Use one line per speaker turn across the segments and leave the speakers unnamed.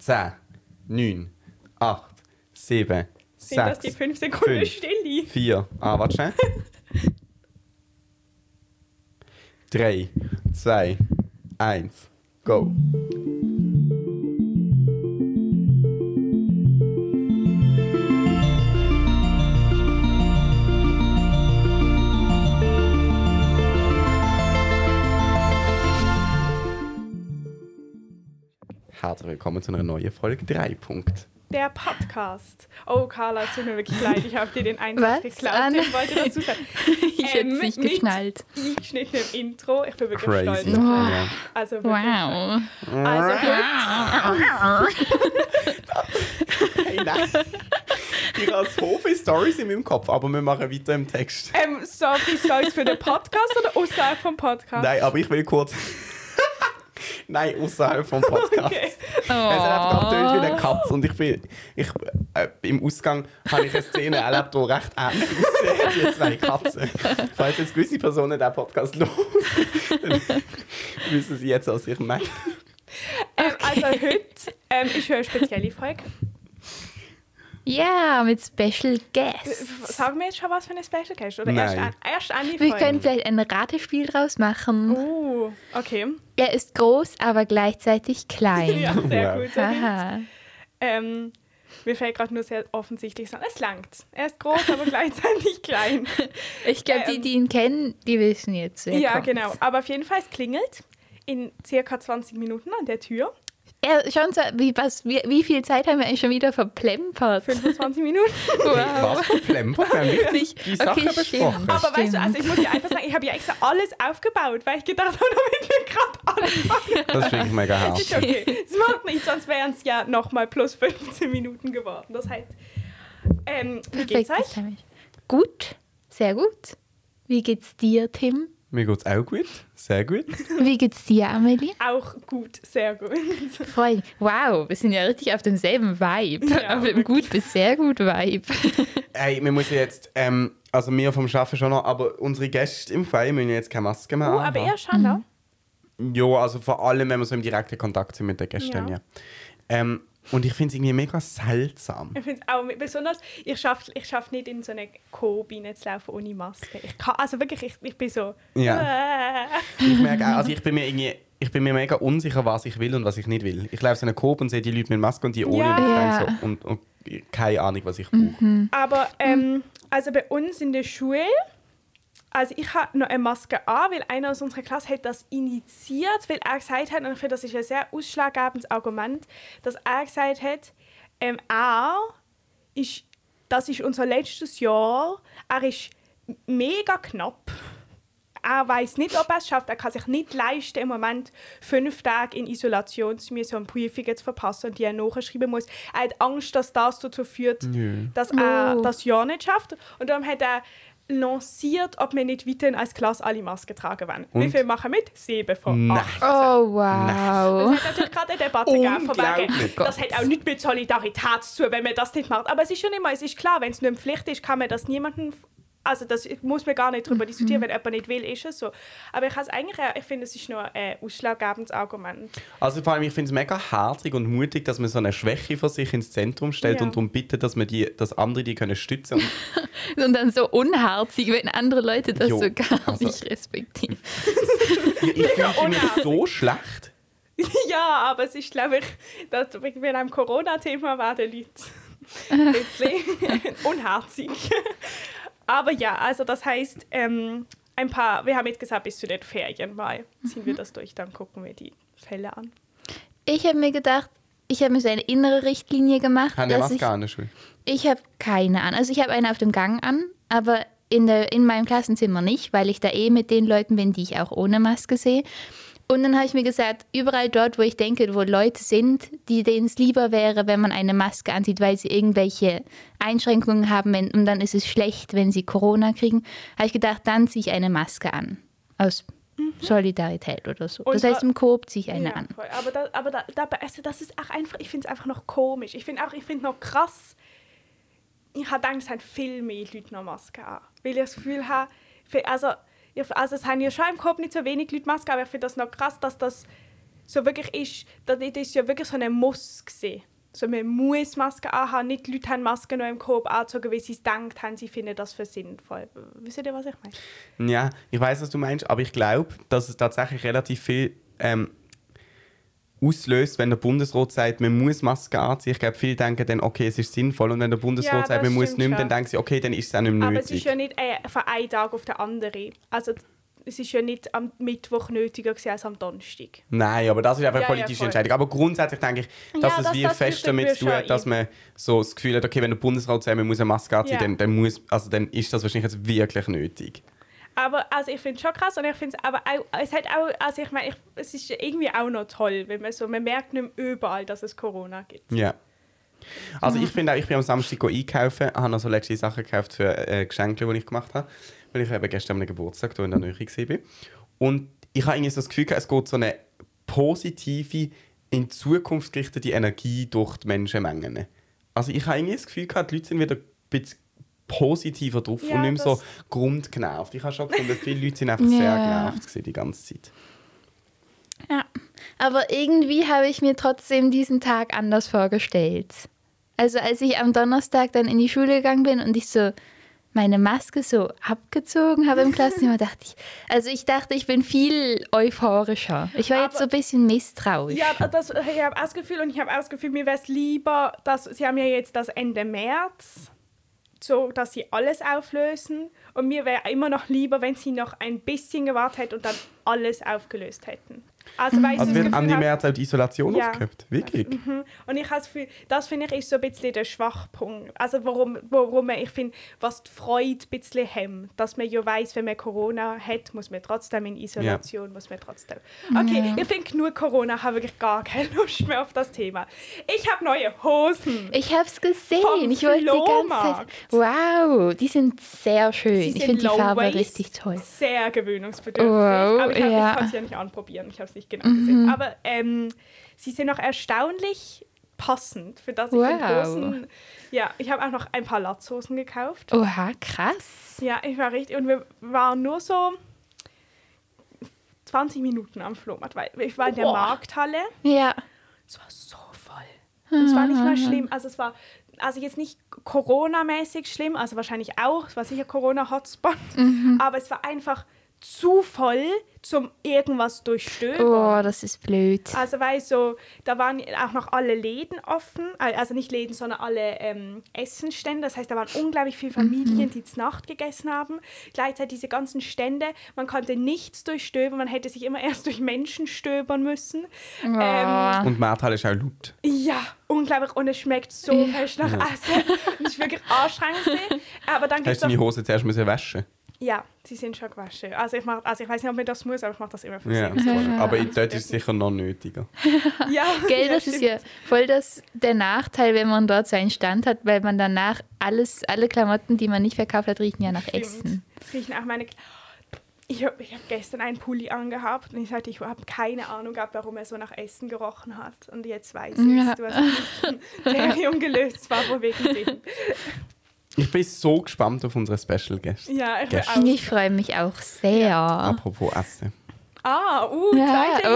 10, 9, 8, 7,
Sind das die
6,
5 Sekunden
fünf.
Stille?
4. Ah, warte schnell. 3, 2, 1, go. Herzlich willkommen zu einer neuen Folge 3. Punkt.
Der Podcast. Oh, Carla, es tut mir wirklich leid. Ich habe dir den
Was?
Einsatz geklaut.
Ah,
Ich wollte
nein.
dazu sagen,
Ich hätte es
Ähm,
nicht
mit-
geschnallt.
eingeschnitten im Intro. Ich bin wirklich
Crazy.
stolz.
Ja.
Oh.
Also wirklich.
Wow.
Also gut.
Hey, nein. Ich habe so viele Stories in meinem Kopf, aber wir machen weiter im Text.
Ähm, sorry, Stories für den Podcast oder außerhalb vom Podcast?
Nein, aber ich will kurz. Nein, außerhalb vom Podcast.
Okay.
Es hat einfach
Oh.
getönt wie eine Katze. Und ich bin. Ich, äh, Im Ausgang habe ich eine Szene erlebt, die recht ähnlich aussieht wie zwei Katzen. Falls jetzt gewisse Personen diesen Podcast los, dann wissen sie jetzt, was ich meine.
Ähm, also heute ähm, ist eine spezielle Folge.
Ja, mit Special
Äh,
Guests.
Sagen wir jetzt schon was für eine Special Guest? Oder erst
Nein.
an, erst an die
Wir
Folge?
können vielleicht ein Ratespiel draus machen.
Uh, okay.
Er ist groß, aber gleichzeitig klein.
Ja, sehr
Wow.
gut. sehr gut.
Aha.
Ähm, mir fällt gerade nur sehr offensichtlich an, es langt. Er ist groß, aber gleichzeitig klein.
Ich glaube, die, die ihn kennen, die wissen jetzt. wer
Ähm, ja,
kommt.
genau. Aber auf jeden Fall, es klingelt in circa 20 Minuten an der Tür.
Ja, schauen Sie, wie, was, wie, wie viel Zeit haben wir eigentlich schon wieder verplempert?
25 Minuten.
Was für Plemper, wir haben wirklich die Sachen
Okay,
besprochen.
stimmt.
Aber weißt du,
Stimmt.
also ich muss dir einfach sagen, ich habe ja extra alles aufgebaut, weil ich gedacht habe, damit wir gerade anfangen.
Das ist wirklich mega
Das
hart.
ist okay. Das macht nichts, sonst wären es ja nochmal plus 15 Minuten geworden. Das heißt, ähm, wie geht's
Perfektes
euch?
Timing. Gut, sehr gut. Wie geht's dir, Tim?
Mir geht's auch gut. Sehr gut.
Wie geht's dir, Amelie?
Auch gut, sehr gut.
Freund. Wow, wir sind ja richtig auf demselben Vibe.
Ja,
auf dem gut bis sehr gut Vibe.
Hey, wir müssen jetzt, ähm, also wir vom Schaffen schon noch, aber unsere Gäste im Fall müssen jetzt keine Maske mehr
Oh,
anhaben.
aber eher Schala.
Ja, also vor allem, wenn wir so im direkten Kontakt sind mit den Gästen,
Ja.
ja. Ähm, und ich finde es irgendwie mega seltsam.
Ich finde es auch besonders, ich schaffe ich schaff nicht in so eine Coop reinzulaufen ohne Maske. Ich kann, also wirklich, ich, ich bin so. Äh.
Ich merke auch, also ich bin mir irgendwie, ich bin mir mega unsicher, was ich will und was ich nicht will. Ich laufe so in einen Coop und sehe die Leute mit Maske und die ohne
Ja.
und ich
Ja.
denke so, und, und keine Ahnung, was ich brauche.
Aber ähm, also bei uns in der Schule, also ich habe noch eine Maske an, weil einer aus unserer Klasse hat das initiiert, weil er gesagt hat, und ich finde, das ist ein sehr ausschlaggebendes Argument, dass er gesagt hat, ähm, er ist, das ist unser letztes Jahr, er ist mega knapp. Er weiß nicht, ob er es schafft. Er kann sich nicht leisten, im Moment fünf Tage in Isolation zu müssen und Prüfungen zu verpassen und die er nachschreiben muss. Er hat Angst, dass das dazu führt, dass er
Oh.
das Jahr nicht schafft. Und darum hat er lanciert, ob wir nicht weiterhin als Klasse alle Masken tragen wollen. Wie
Und?
viele machen mit? Sieben von
Nein.
acht.
Oh,
Es
wow.
hat natürlich gerade eine Debatte gegeben. von wegen,
Unglaublich.
Das hat auch nichts mit Solidarität zu tun, wenn man das nicht macht. Aber es ist schon immer, es ist klar, wenn es nur eine Pflicht ist, kann man das niemandem. Also das muss man gar nicht darüber
Mhm.
diskutieren, wenn jemand nicht will, ist es so. Aber ich, has eigentlich, ich finde, es ist nur ein ausschlaggebendes Argument.
Also vor allem, ich finde es mega herzig und mutig, dass man so eine Schwäche von sich ins Zentrum stellt
Ja.
und darum bittet, dass, man die, dass andere die können stützen und
Und dann so unharzig, wenn andere Leute das
Jo,
so gar
also-
nicht respektieren.
Ich, ich fühle mich
unherzig.
so schlecht.
ja, aber es ist, glaube ich, dass wegen einem Corona-Thema werden die Leute ein bisschen unherzig. aber ja, also das heißt, ähm, ein paar, wir haben jetzt gesagt, bis zu den Ferien mal ziehen wir das durch, dann gucken wir die Fälle an.
Ich habe mir gedacht, ich habe mir so eine innere Richtlinie gemacht,
Haben die
dass ich,
Maske an der Schule?
ich habe keine an. Also ich habe eine auf dem Gang an, aber in, der, in meinem Klassenzimmer nicht, weil ich da eh mit den Leuten bin, die ich auch ohne Maske sehe. Und dann habe ich mir gesagt, überall dort, wo ich denke, wo Leute sind, die denen es lieber wäre, wenn man eine Maske anzieht, weil sie irgendwelche Einschränkungen haben wenn, und dann ist es schlecht, wenn sie Corona kriegen, habe ich gedacht, dann ziehe ich eine Maske an. Aus Solidarität oder so.
Mhm. Und
das heißt,
wa-
im Coop ziehe ich eine
ja,
an.
Voll. Aber, da, aber da, da, also das ist auch einfach, ich finde es einfach noch komisch. Ich finde auch, ich finde noch krass, ich habe gedacht, es haben viel mehr Leute noch Masken an. Weil ich das Gefühl habe, für- also, ich- also es haben ja schon im Kopf nicht so wenig Leute Masken, aber ich finde das noch krass, dass das so wirklich ist, da dort ist ja wirklich so ein Muss gesehen. So, man muss Masken anhaben, nicht die Leute haben Masken noch im Korb angezogen, weil sie es gedacht haben, sie finden das für sinnvoll. Wisst ihr, was ich meine?
Ja, ich weiß, was du meinst, aber ich glaube, dass es tatsächlich relativ viel ähm, auslöst, wenn der Bundesrat sagt, man muss Maske anziehen. Ich glaube, viele denken dann, okay, es ist sinnvoll. Und wenn der Bundesrat
Ja,
sagt,
das
man muss
stimmt
nicht mehr,
schon.
dann denken sie, okay, dann ist es auch nicht mehr
Aber es ist
nötig.
ja nicht äh, von einem Tag auf den anderen. Also es ist ja nicht am Mittwoch nötiger gewesen als am Donnerstag.
Nein, aber das ist einfach eine
Ja, ja,
politische
voll.
Entscheidung. Aber grundsätzlich denke ich, dass
Ja,
es
das-
wie
das
fest
leuchtet
damit
mir
zu tun
schon
hat, dass man so das Gefühl hat, okay, wenn der Bundesrat sagt, man muss eine Maske anziehen,
Ja.
dann, dann, muss, also dann ist das wahrscheinlich jetzt wirklich nötig.
Aber also ich finde es schon krass und ich finde es aber auch, es hat auch, also ich meine, ich- es ist irgendwie auch noch toll, wenn man so, man merkt nicht mehr überall, dass es Corona gibt.
Ja.
Ah.
Also ich finde auch, ich bin am Samstag go einkaufen, habe noch so letzte Sachen gekauft für äh, Geschenke, die ich gemacht habe, weil ich eben gestern am Geburtstag hier in der Nähe war. Und ich habe irgendwie so das Gefühl, gehabt, es geht so eine positive, in Zukunft gerichtete Energie durch die Menschenmengen. Also ich habe irgendwie das Gefühl, gehabt, die Leute sind wieder ein bisschen positiver drauf
Ja,
und nicht mehr so
das-
grundgenervt. Ich habe schon gefunden, viele Leute sind einfach sehr
Ja.
genervt gewesen die ganze Zeit.
Ja. Aber irgendwie habe ich mir trotzdem diesen Tag anders vorgestellt. Also als ich am Donnerstag dann in die Schule gegangen bin und ich so meine Maske so abgezogen habe im Klassenzimmer, dachte ich, also ich dachte, ich bin viel euphorischer. Ich war jetzt so
Aber-
ein bisschen misstrauisch.
Ja, das, ich habe auch das Gefühl und ich habe auch das Gefühl, mir wäre es lieber, dass sie haben ja jetzt das Ende März, so dass sie alles auflösen und mir wäre immer noch lieber, wenn sie noch ein bisschen gewartet hätten und dann alles aufgelöst hätten. Also, weil ich
Also
so das
wird
Gefühl
Andi
habe-
Merz auch die Isolation
Ja.
aufgehoben? Wirklich?
Mhm. Und ich habe das Gefühl, das finde ich ist so ein bisschen der Schwachpunkt. Also warum, warum man- ich finde, was die Freude ein bisschen hemmt. Dass man ja weiß, wenn man Corona hat, muss man trotzdem in Isolation, muss man trotzdem. Okay, ich finde nur Corona, habe wirklich gar keine Lust mehr auf das Thema. Ich habe neue Hosen.
Ich habe es gesehen.
Vom
ich wollte die ganze Zeit.
Flohmarkt.
Wow, die sind sehr schön.
Sie
Ich
sind
finde die
low
Farbe
waist,
richtig toll.
Sehr gewöhnungsbedürftig.
Wow,
aber ich, hab-
ja. Mhm.
ich kann es ja nicht anprobieren, ich habe es nicht genau gesehen. Aber ähm, sie sind noch erstaunlich passend für das ich wow.
Wow.
großen. Ja, ich habe auch noch ein paar Latzhosen gekauft.
Oha, krass.
Ja, ich war richtig. Und wir waren nur so 20 Minuten am Flohmarkt, weil ich war in der
Boah.
Markthalle.
Ja.
Es war so voll. Es war nicht
Mhm.
mal schlimm. Also es war also jetzt nicht Corona-mäßig schlimm, also wahrscheinlich auch, es war sicher Corona-Hotspot,
Mhm.
aber es war einfach zu voll zum irgendwas durchstöbern.
Oh, das ist blöd.
Also weil so, da waren auch noch alle Läden offen, al- also nicht Läden, sondern alle ähm, Essenstände. Das heißt, da waren unglaublich
Mhm.
viele Familien, die zur Nacht gegessen haben. Gleichzeitig diese ganzen Stände, man konnte nichts durchstöbern, man hätte sich immer erst durch Menschen stöbern müssen. Ähm,
Oh.
Und Mertal ist auch laut.
ja, unglaublich. Und es schmeckt so fest nach Essen. Es ist wirklich anstrengend. gewesen. Aber dann
Hast
gibt
du deine
es
Hose zuerst müssen waschen
Ja, sie sind schon gewaschen. Also ich, mach, also ich weiß nicht, ob man das muss, aber ich mache das immer für
Ja,
sie.
voll. aber in dort ist es sicher noch nötiger.
Ja,
Gell, das ist ja voll das, der Nachteil, wenn man dort seinen Stand hat, weil man danach alles, alle Klamotten, die man nicht verkauft hat, riechen ja nach Essen.
Das riechen auch meine... Ich habe ich hab gestern einen Pulli angehabt und ich sagte, ich habe keine Ahnung gehabt, warum er so nach Essen gerochen hat. Und jetzt weiß ich
Ja.
es. Du hast ein Mysterium gelöst, es war wohl wegen dem.
Ich bin so gespannt auf unsere Special Guest.
Ja, ich will
Gestern.
auch.
Ich freue mich auch sehr.
Apropos Essen.
Ah, uh,
Ja,
zweite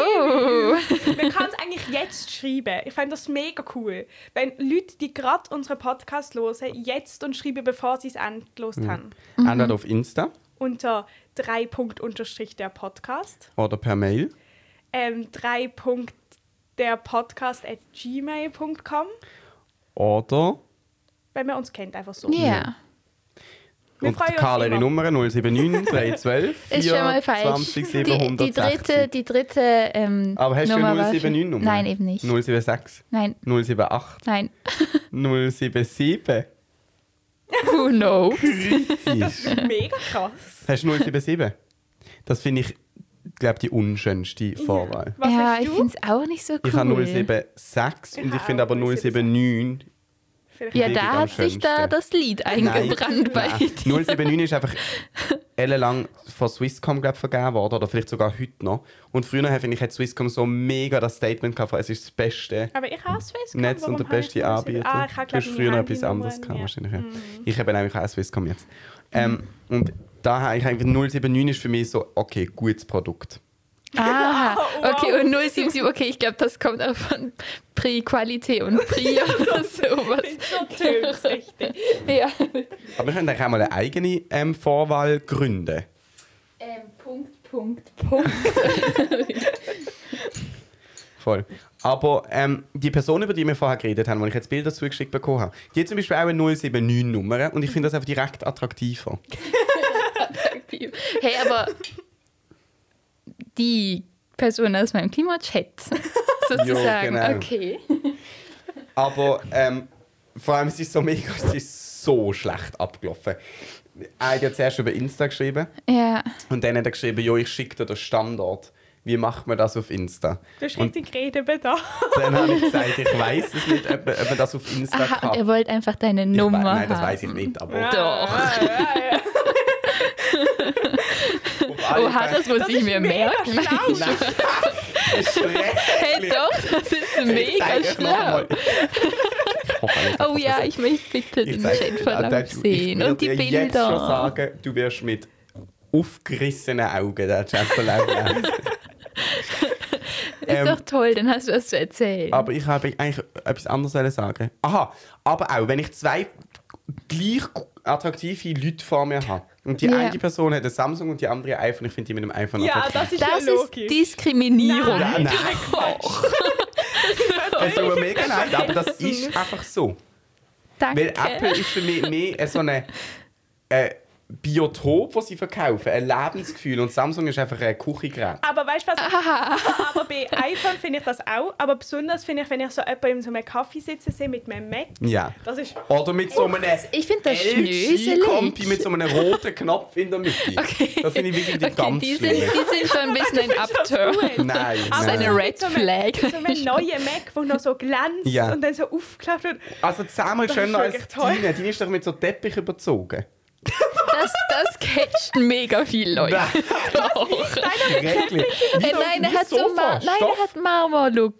oh.
Man kann es eigentlich jetzt schreiben. Ich fände das mega cool. Wenn Leute, die gerade unseren Podcast hören, jetzt und schreiben, bevor sie es endlos haben.
Mhm.
Entweder auf Insta
Unter 3. Punkt unterstrich der Podcast.
oder per Mail
Ähm, 3. Punkt der Podcast at gmail.com.
oder
Wenn man uns kennt, einfach so.
Ja.
Wir
und
freuen uns
Carla ihre
immer.
Nummer 079 312
Ist schon mal falsch.
420
die, die dritte, die dritte ähm,
Aber hast du
Nummer
eine
war
079
schon-
Nummer?
Nein, eben nicht.
076,
Nein,
078,
nein.
077.
Who knows?
Siehst du?
Mega krass.
Hast du 077? Das finde ich, glaube die unschönste Vorwahl.
Was
ja,
hast
ich
du?
finde es auch nicht so cool.
Ich habe 076
Ich
und ich
habe
finde
auch
aber 079
Vielleicht
ja,
Leben
da
am
hat sich
schönsten.
da das Lied eingebrannt bei
Nein. 079 ist einfach ellenlang von Swisscom glaub, vergeben worden oder vielleicht sogar heute noch. Und früher finde ich, hat Swisscom so mega das Statement gehabt, von, es ist das Beste
Aber ich habe Swisscom.
Netz
warum
und der
habe ich
beste
077?
Anbieter.
Ah, ich
du
habe, glaube
hast
ich,
früher noch etwas anderes gehabt,
gehabt. Mhm.
wahrscheinlich. Ja. Ich habe nämlich auch Swisscom jetzt. Ähm, und da habe ich eigentlich 079 ist für mich so, okay, gutes Produkt.
Ah,
Wow.
okay, und 077, okay, ich glaube, das kommt auch von Pri-Qualität und Pri oder sowas.
Oh, Natürlich, richtig.
Ja.
Aber wir können eigentlich auch mal eine eigene ähm, Vorwahl gründen.
Ähm, Punkt, Punkt, Punkt.
Voll. Aber ähm, die Person, über die wir vorher geredet haben, wo ich jetzt Bilder zugeschickt bekommen habe, die hat zum Beispiel auch eine 079-Nummer und ich finde das einfach direkt attraktiver.
Hey, aber die Person aus meinem Klimachat sozusagen.
genau.
Okay.
Aber ähm, vor allem, es ist so mega, es ist so schlecht abgelaufen. Er hat ja zuerst über Insta geschrieben
Ja.
und dann hat er geschrieben, jo, ich schicke dir den Standort. Wie macht man das auf Insta?
Du hast
Und
richtig Redebedarf.
dann habe ich gesagt, ich weiß es nicht, ob man, ob man das auf Insta
Aha, und
kann.
er wollte einfach deine
Ich wei-
Nummer.
Nein, das
haben.
weiß ich nicht, aber...
Doch.
Auf alle
Oha, das muss
Das
ich
ist
mir
mega
merken.
schlau.
Nein, das ist
Hey,
schrecklich.
doch, das ist
Ich
mega
zeige euch noch
schlau.
einmal. Ich hoffe, alles
Oh
hat
ja,
was
ich möchte bitte
Ich
den
zeig-
Chat
Ah, da-
verlangt
du-
sehen
Ich
und die
will dir jetzt schon
Bilder.
sagen, du wirst mit aufgerissenen Augen den Chat verlaufen. Ähm,
Ist doch toll, dann hast du was zu erzählen.
aber ich habe eigentlich etwas anderes wollen sagen. Aha, aber auch, wenn ich zwei gleich attraktive Leute vor mir habe und die
Ja.
eine Person hat ein Samsung und die andere ein iPhone, ich finde die mit dem iPhone
Ja,
attraktiv.
das ist
Das
ja
ist
logisch.
Diskriminierung.
Ja,
Nein.
nein, es tut mir mega leid, aber das ist einfach so. Weil
Danke.
Apple ist für mich mehr so ein äh, Biotop, das sie verkaufen, ein Lebensgefühl. Und Samsung ist einfach ein Küchengerät.
Aber weißt du was? Aber bei iPhone finde ich das auch. Aber besonders finde ich, wenn ich so jemanden in so einem Kaffee sitzen sehe mit meinem Mac.
Ja.
Das ist.
Oder mit so einem
Ich finde das
LG-Kompi
schnöselig.
mit so einem roten Knopf in der Mitte. Das finde ich wirklich die
Okay,
ganz
die sind, Ah,
schlimm.
die sind schon ein bisschen ein Upturn.
Gut.
Nein,
Das ist
nein.
eine Red
So ein-
Flag.
So ein neuer Mac, der noch so glänzt
Ja.
und dann so aufgeklappt wird.
Also zusammen
Das
schöner
ist
als
wirklich toll.
deine. Deine ist doch mit so Teppich überzogen.
Das, das catcht mega viel Leute.
Nein,
Doch.
Schrecklich. Wie
Äh,
so-
nein,
wie
er hat so
Sofa,
Mar nein,
Stoff.
er hat Marmor-Look.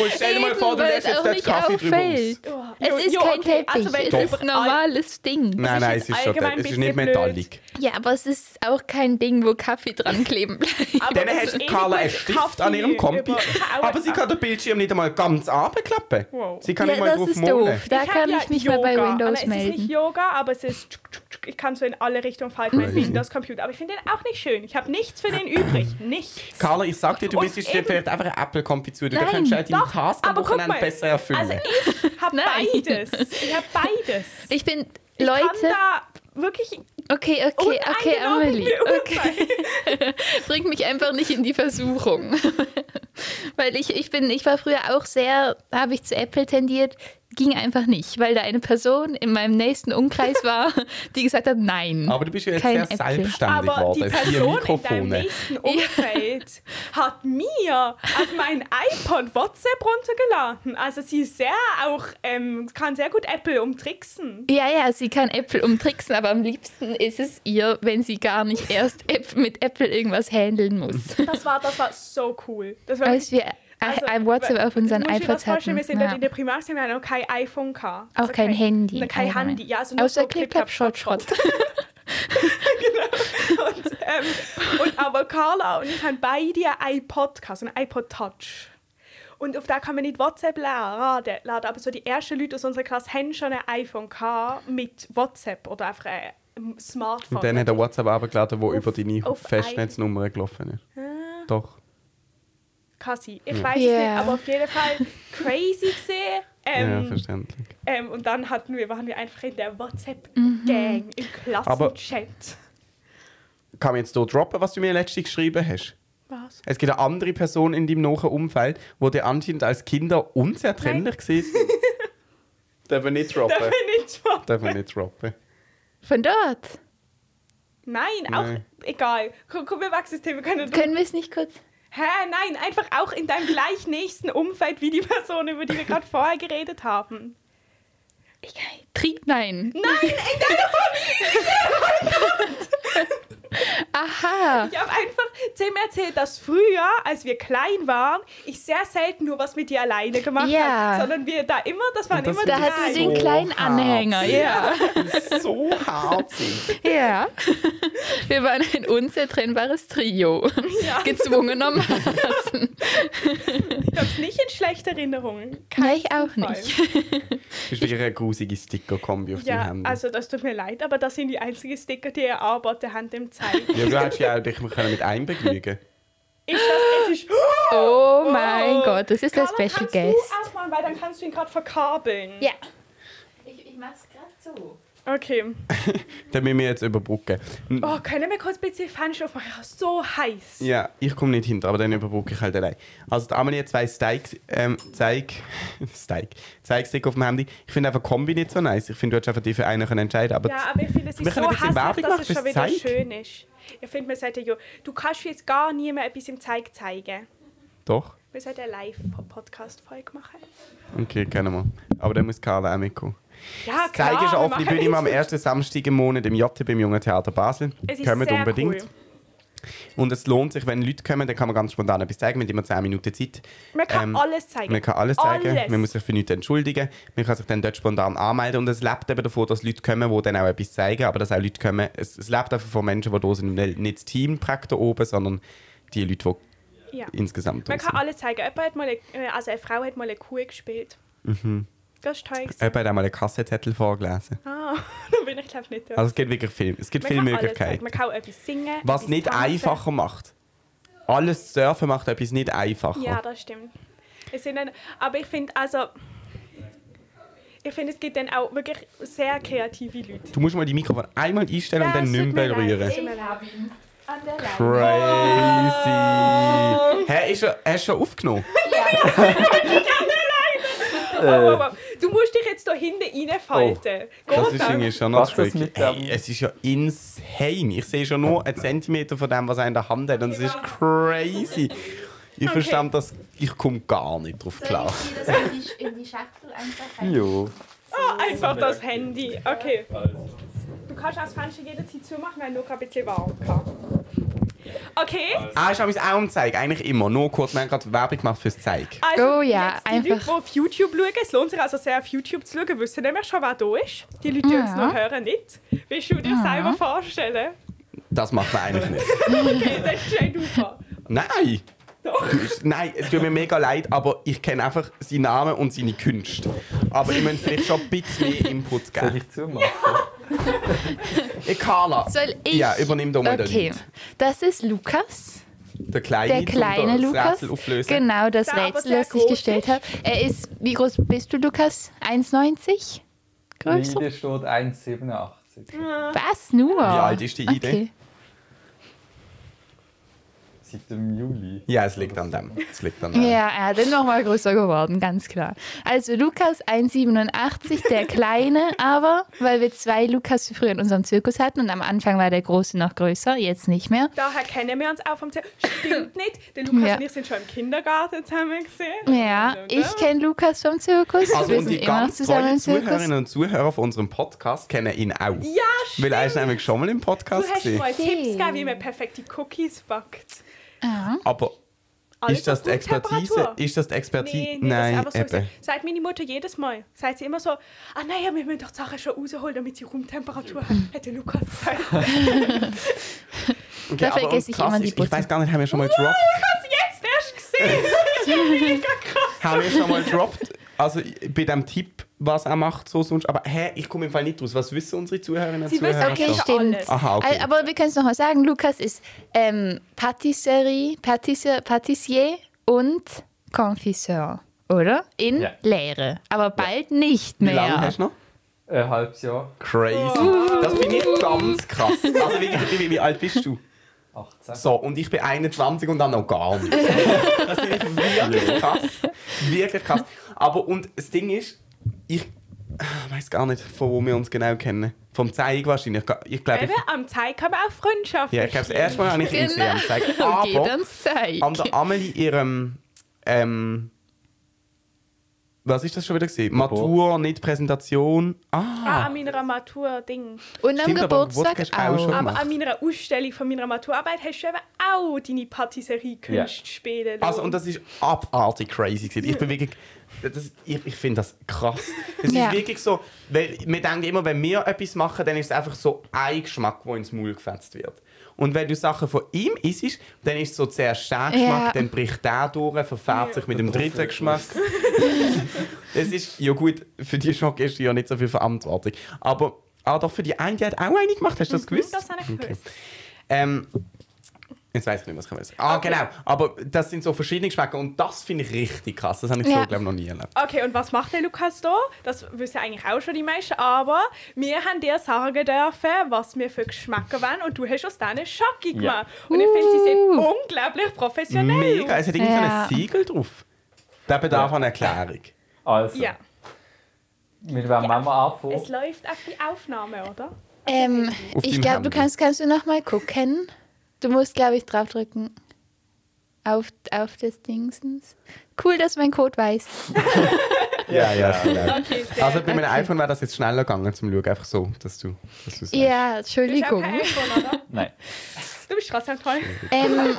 Und stell dir mal
Eben,
vor, du
weil
lässt
es
jetzt
auch
dort
nicht
Kaffee drüber aus.
auffällt.
Ja. Jo,
Es ist
jo,
kein
okay.
Teppich,
Also, wenn
es ist
überall-
ein normales Ding.
Nein, nein, es
jetzt
ist schon dort.
allgemein
Es ist
ein
nicht
bisschen
metallic.
Ja, aber es ist auch kein Ding, wo Kaffee dran kleben bleibt.
Aber
Dann
das
hast
ist eh
Carla
gut.
einen Stift
Kaffee
an ihrem Kompi,
über- Ich kann auch-
aber sie kann den Bildschirm nicht einmal ganz runterklappen.
Wow.
Sie kann
ja,
nicht mal
das
drauf
ist
malen.
doof. Da
Ich
kann
hab
ich mich
Yoga.
mal bei
Aber
Windows
Es ist nicht
melden.
Yoga, aber es ist. tschuk, tschuk, tschuk. Ich kann so in alle Richtungen falten mit
Crazy.
Windows Computer. Aber ich finde den auch nicht schön. Ich habe nichts für den übrig. Nichts.
Carla, ich sag dir, du
Und
bist jetzt
eben-
vielleicht einfach ein Apple-Kompi zu. Du
Nein,
kannst halt deinen
doch,
Task am
aber guck
Wochenende
mal.
besser erfüllen.
Also ich habe
Nein.
beides. Ich habe beides.
Ich bin,
Ich
Leute,
kann da wirklich
okay, okay, okay,
uneingenommen
Amelie,
beurteilen.
okay. Bring mich einfach nicht in die Versuchung. weil ich, ich bin, ich war früher auch sehr, habe ich zu Apple tendiert, ging einfach nicht, weil da eine Person in meinem nächsten Umkreis war, die gesagt hat, nein.
aber du bist ja jetzt
Kein
sehr
Apple.
selbstständig
Aber
geworden.
die
Es sind hier
Person in deinem
Mikrofone.
nächsten Umfeld hat mir auf mein iPod WhatsApp runtergeladen. Also sie ist sehr auch, ähm, kann sehr gut Apple umtricksen.
Ja, ja, sie kann Apple umtricksen, aber am liebsten ist es ihr, wenn sie gar nicht erst App mit Apple irgendwas handeln muss.
Das war, das war so cool. Das war
Als wir
Also,
ein WhatsApp auf unseren
muss ich dir das
iPods hatten.
vorstellen, Wir sind dort
Ja.
in der Primarschule, wir haben noch kein iPhone gehabt.
Auch kein Handy,
na, Kein
allgemein.
Handy, ja. Also nur
Außer
so
Clip, Clap, Shot, Shot.
Und, ähm, und aber Carla und ich haben beide ein iPod gehabt, so ein iPod Touch. Und auf da kann man nicht WhatsApp laden, laden, aber so die ersten Leute aus unserer Klasse haben schon ein iPhone gehabt mit WhatsApp oder einfach ein ähm, Smartphone.
Und dann hat er WhatsApp abgeladen, wo über deine
auf Ah.
Festnetznummer gelaufen ist. Doch.
Kann sein. Ich weiß es
Ja.
nicht, aber auf jeden Fall crazy gesehen.
Ja,
Ähm,
verständlich.
Ähm, und dann hatten wir, waren wir einfach in der WhatsApp-Gang im Klassenchat.
Kann man jetzt hier droppen, was du mir letztens geschrieben hast?
Was?
Es gibt eine andere Person in deinem nahen Umfeld, wo dir anscheinend als Kinder unzertrennlich war. Darf ich nicht droppen?
Darf ich nicht schon?
Darf ich nicht droppen?
Von dort.
Nein,
Nein.
auch egal. Komm, komm wir wachsen das Thema. Können wir
Können wir es nicht kurz?
Hä, nein, einfach auch in deinem gleich nächsten Umfeld wie die Person, über die wir gerade vorher geredet haben.
Trieb, nein.
Nein, in deiner Familie!
Aha.
Ich habe einfach Tim erzählt, dass früher, als wir klein waren, ich sehr selten nur was mit dir alleine gemacht
Ja.
habe, sondern wir da immer, das waren
Und das
immer
Da
ist
hat sie
so
den kleinen
hart.
Anhänger. Ja.
so hart sind.
Ja. Wir waren ein unzertrennbares Trio.
Ja.
Gezwungenermaßen.
Ich habe es nicht in schlechte Erinnerungen.
Kann ich auch
Fall.
nicht.
Das ist wirklich eine grusige Sticker-Kombi auf deinem
Ja,
Handy.
also das tut mir leid, aber das sind die einzigen Sticker, die ihr arbeitet habt im Zeit.
ja, du hättest ja auch dich können mit einbegnügen
Ist das, es ist,
Oh mein
Oh.
Gott, das ist der
Carla,
Special
kannst du
Guest.
erstmal, weil dann kannst du ihn gerade verkabeln.
Ja. Ich, ich mach's gerade so.
Okay.
Dann müssen wir jetzt überbrücken. N-
Oh, können wir kurz bitte Fenster aufmachen? Ich hab's so heiß.
Ja, ich komme nicht hinter, aber dann überbrücke ich halt allein. Also, die Amelie hat zwei Steaks, ähm, Zeig, Steak, Zeigstick auf dem Handy. Ich finde einfach Kombi nicht so nice. Ich finde, du hättest einfach die für einen können entscheiden aber
Ja, aber ich finde, es
Wir
ist
können
so
jetzt die Werbung
hässlich, dass
machen
es schon
fürs
wieder
Zeig.
schön ist. Ich finde, man sollte ja, du kannst jetzt gar niemandem etwas im Zeig zeigen.
doch.
Wir sollten eine Live-Podcast-Folge machen.
Okay, können wir. Aber dann muss Carla auch mitkommen.
Ja, klar.
Zeig ist eine
Ah, wir
offene
machen
Bühne immer am
jetzt-
ersten Samstag im Monat im JT beim Jungen Theater Basel.
Es ist
Kommt
sehr
unbedingt.
Cool.
Und es lohnt sich, wenn Leute kommen, dann kann man ganz spontan etwas zeigen, mit immer 10 Minuten Zeit.
Man kann
Ähm,
alles zeigen.
Man kann alles zeigen,
Alles.
man muss sich für nichts entschuldigen, man kann sich dann dort spontan anmelden und es lebt eben davon, dass Leute kommen, die dann auch etwas zeigen, aber dass auch Leute kommen, es, es lebt einfach von Menschen, die da sind, nicht nicht das Team prägt da oben, sondern die Leute,
ja.
die insgesamt da
Man kann
sind.
alles zeigen. Jemand hat mal eine, äh, also eine Frau hat mal eine Kuh gespielt.
Mhm.
Das ist toll. gewesen.
Jemand hat einmal einen Kassetzettel vorgelesen.
Ah, da bin ich glaube ich nicht durch.
Also es gibt wirklich viel, es gibt
Man
viele
kann alles zeigen.
Möglichkeiten.
Man kann auch etwas singen.
Was
etwas
nicht
tanzen.
einfacher macht. Alles Surfen macht etwas nicht einfacher.
Ja, das stimmt. Es sind dann, aber ich finde, also. Ich finde, es gibt dann auch wirklich sehr kreative Leute.
Du musst mal die Mikrofon einmal einstellen
Ja,
und dann
es
nicht
tut mir
mehr
leid.
berühren.
Ich hab
ihn an der
Crazy! Hä, ist er, hast du schon aufgenommen?
Oh, wow, wow. Du musst dich jetzt da hinten reinfalten.
Äh. Oh, Das
Geht
ist irgendwie schon
Was
noch
das
tricky.
mit dem-
Ey, es ist ja insane. Ich sehe schon nur einen Zentimeter von dem, was er in der Hand hat. Und es ist
Genau.
crazy. Ich verstand das, ich komme gar nicht drauf klar.
in die Schachtel einfach
Jo.
Ah, einfach das Handy. Okay. Du kannst auch das Fenster jederzeit zumachen, wenn nur gerade ein bisschen warm kann. Okay.
Ah, ich habe mich auch am Zeig. Eigentlich immer. Nur kurz, wir haben gerade Werbung gemacht fürs Zeig.
Also
Oh ja,
jetzt die
einfach-
Leute, die auf YouTube schauen, es lohnt sich also sehr, auf YouTube zu schauen, wissen nämlich schon, wer da ist. Die Leute, die uns
Ja.
noch hören, nicht. Willst du dir selber vorstellen?
Das macht man eigentlich nicht.
Okay, das ist ein Ufer.
Nein!
Doch.
Du bist- Nein, es tut mir mega leid, aber ich kenne einfach seinen Namen und seine Künste. Aber ich möchte vielleicht schon ein bisschen mehr Input
Soll
geben.
ich zumachen?
Hey, Carla!
Soll ich?
Ja, übernimm doch mal den
Okay,
Lied.
das ist Lukas.
Der kleine,
der kleine
um das
Lukas.
Rätsel auflösen.
Genau, das
Der aber
Rätsel,
sehr
das ich
groß
gestellt
ist.
habe. Er ist, wie groß bist du, Lukas? 1,90? Größer?
Nide steht 1,87.
Was? Nur? Wie
alt ist die Ide?
Okay.
Seit dem Juli.
Ja, es liegt an dem. Es liegt an dem.
Ja, er ist nochmal größer geworden, ganz klar. Also Lukas 1,87, der Kleine, aber weil wir zwei Lukas früher in unserem Zirkus hatten und am Anfang war der Große noch größer, jetzt nicht mehr.
Daher kennen wir uns auch vom Zelt. Stimmt nicht. Der Lukas
Ja. Mhm.
und ich sind schon im Kindergarten zusammen gesehen.
Ja, ich kenne Lukas vom Zirkus.
Also
wir
und
sind
die
immer noch
ganz
zusammen
treuen
im Zirkus.
Zuhörerinnen und Zuhörer von unserem Podcast kennen ihn auch.
Ja,
Weil
stimmt.
er ist nämlich schon mal im
Du
Podcast
hast
gewesen.
mal Tipps
Stimmt.
gegeben, wie man perfekte Cookies backt.
Ah.
Aber
Alles
ist das
auf
die Expertise?
Temperatur.
Ist das die Expertise?
Nee, nee,
Nein,
das ist einfach so.
eben.
gesagt. Sagt meine Mutter jedes Mal. Sagt sie immer so, ah naja, wir müssen doch die Sachen schon rausholen, damit sie Raumtemperatur haben, hat der Lukas gesagt.
Okay,
Da
aber
vergesse ich
krass
immer die
ist, Ich
Putzen.
weiß gar nicht, haben wir schon mal gedroppt?
Was jetzt erst gesehen? Das ist ja mega krass.
haben wir schon mal gedroppt. Also bei dem Tipp, was er macht, so sonst. Aber hä, ich komme im Fall nicht raus. Was wissen unsere Zuhörerinnen und
Sie wissen
Zuhörer?
Okay,
schon.
stimmt.
Alles.
Aha, okay.
Al- Aber wir können es nochmal sagen. Lukas ist ähm, Patisserie, Patissier, Patissier und Confiseur, oder? In
Ja.
Lehre. Aber bald nicht
Wie lange
mehr.
hast du noch?
Ein halbes Jahr.
Crazy. Das finde ich ganz krass. Also wirklich, wie, wie- wie alt bist du?
18.
So, und ich bin 21 und dann noch gar nicht. Das finde ich wirklich krass. Wirklich krass. Aber und das Ding ist, ich weiß gar nicht, von wo wir uns genau kennen. Vom Zeig wahrscheinlich. Ich glaube, ich,
Eben, am Zeig kann man auch Freundschaften.
ja, ich glaube, das erste Mal habe ich ihn gesehen. am Zeig.
Okay,
Aber-
dann zeig.
an der Amelie ihrem ähm, Was ist das schon wieder gesehen? Matur, nicht Präsentation.
Ah,
Ah,
an meiner Matur-Ding.
Und am
Stimmt, aber
Geburtstag
Geburtstag hast du auch
auch.
schon-
Aber
gemacht.
an meiner Ausstellung von meiner Maturarbeit hast du eben auch deine Patisserie Kunst
Ja.
spielen lassen.
also und das ist abartig crazy gewesen. Ich bin wirklich, das, ich, ich finde das krass. Es
Ja.
ist wirklich so, weil wir denken immer, wenn wir etwas machen, dann ist es einfach so ein Geschmack, der ins Maul gefetzt wird. Und wenn du Sachen von ihm isst, dann ist es so zuerst der Geschmack,
Ja.
dann bricht der durch, verfärbt sich mit dem dritten Geschmack. Es ist, ja gut, für die Schock ist ja nicht so viel Verantwortung. Aber ah, doch, für die eine, die hat auch eine gemacht, hast du
Mhm,
das gewusst?
das habe ich gewusst.
Ähm, jetzt weiß ich nicht, was ich weiß. Ah,
Okay.
genau. Aber das sind so verschiedene Geschmäcker und das finde ich richtig krass. Das habe ich
Ja.
so, glaube ich, noch nie erlebt.
Okay, und was macht der Lukas da? Das wissen eigentlich auch schon die meisten, aber wir haben dir sagen dürfen, was wir für Geschmäcker wollen und du hast aus deinen Schocke gemacht. Und ich finde, sie sind unglaublich professionell.
Uh. Mega. Es hat irgendwie
Ja.
so ein Siegel drauf. Der bedarf
Ja.
an Erklärung.
Also,
Ja,
mit wem wollen wir
es
anfangen?
läuft auf die Aufnahme, oder?
Ähm,
Auf deinem
ich glaube, du
Handy.
kannst, kannst du noch mal gucken. Du musst, glaube ich, draufdrücken. Auf, auf des Dingsens. Cool, dass mein Code weiß.
Ja, ja, ja.
Okay, sehr
Also bei
gut.
meinem iPhone wäre das jetzt schneller gegangen zum Schauen. Einfach so, dass du dass du's weißt.
Du
Ja,
bist auch
Entschuldigung.
kein iPhone, oder?
Nein.
Du bist trotzdem toll.
Ähm,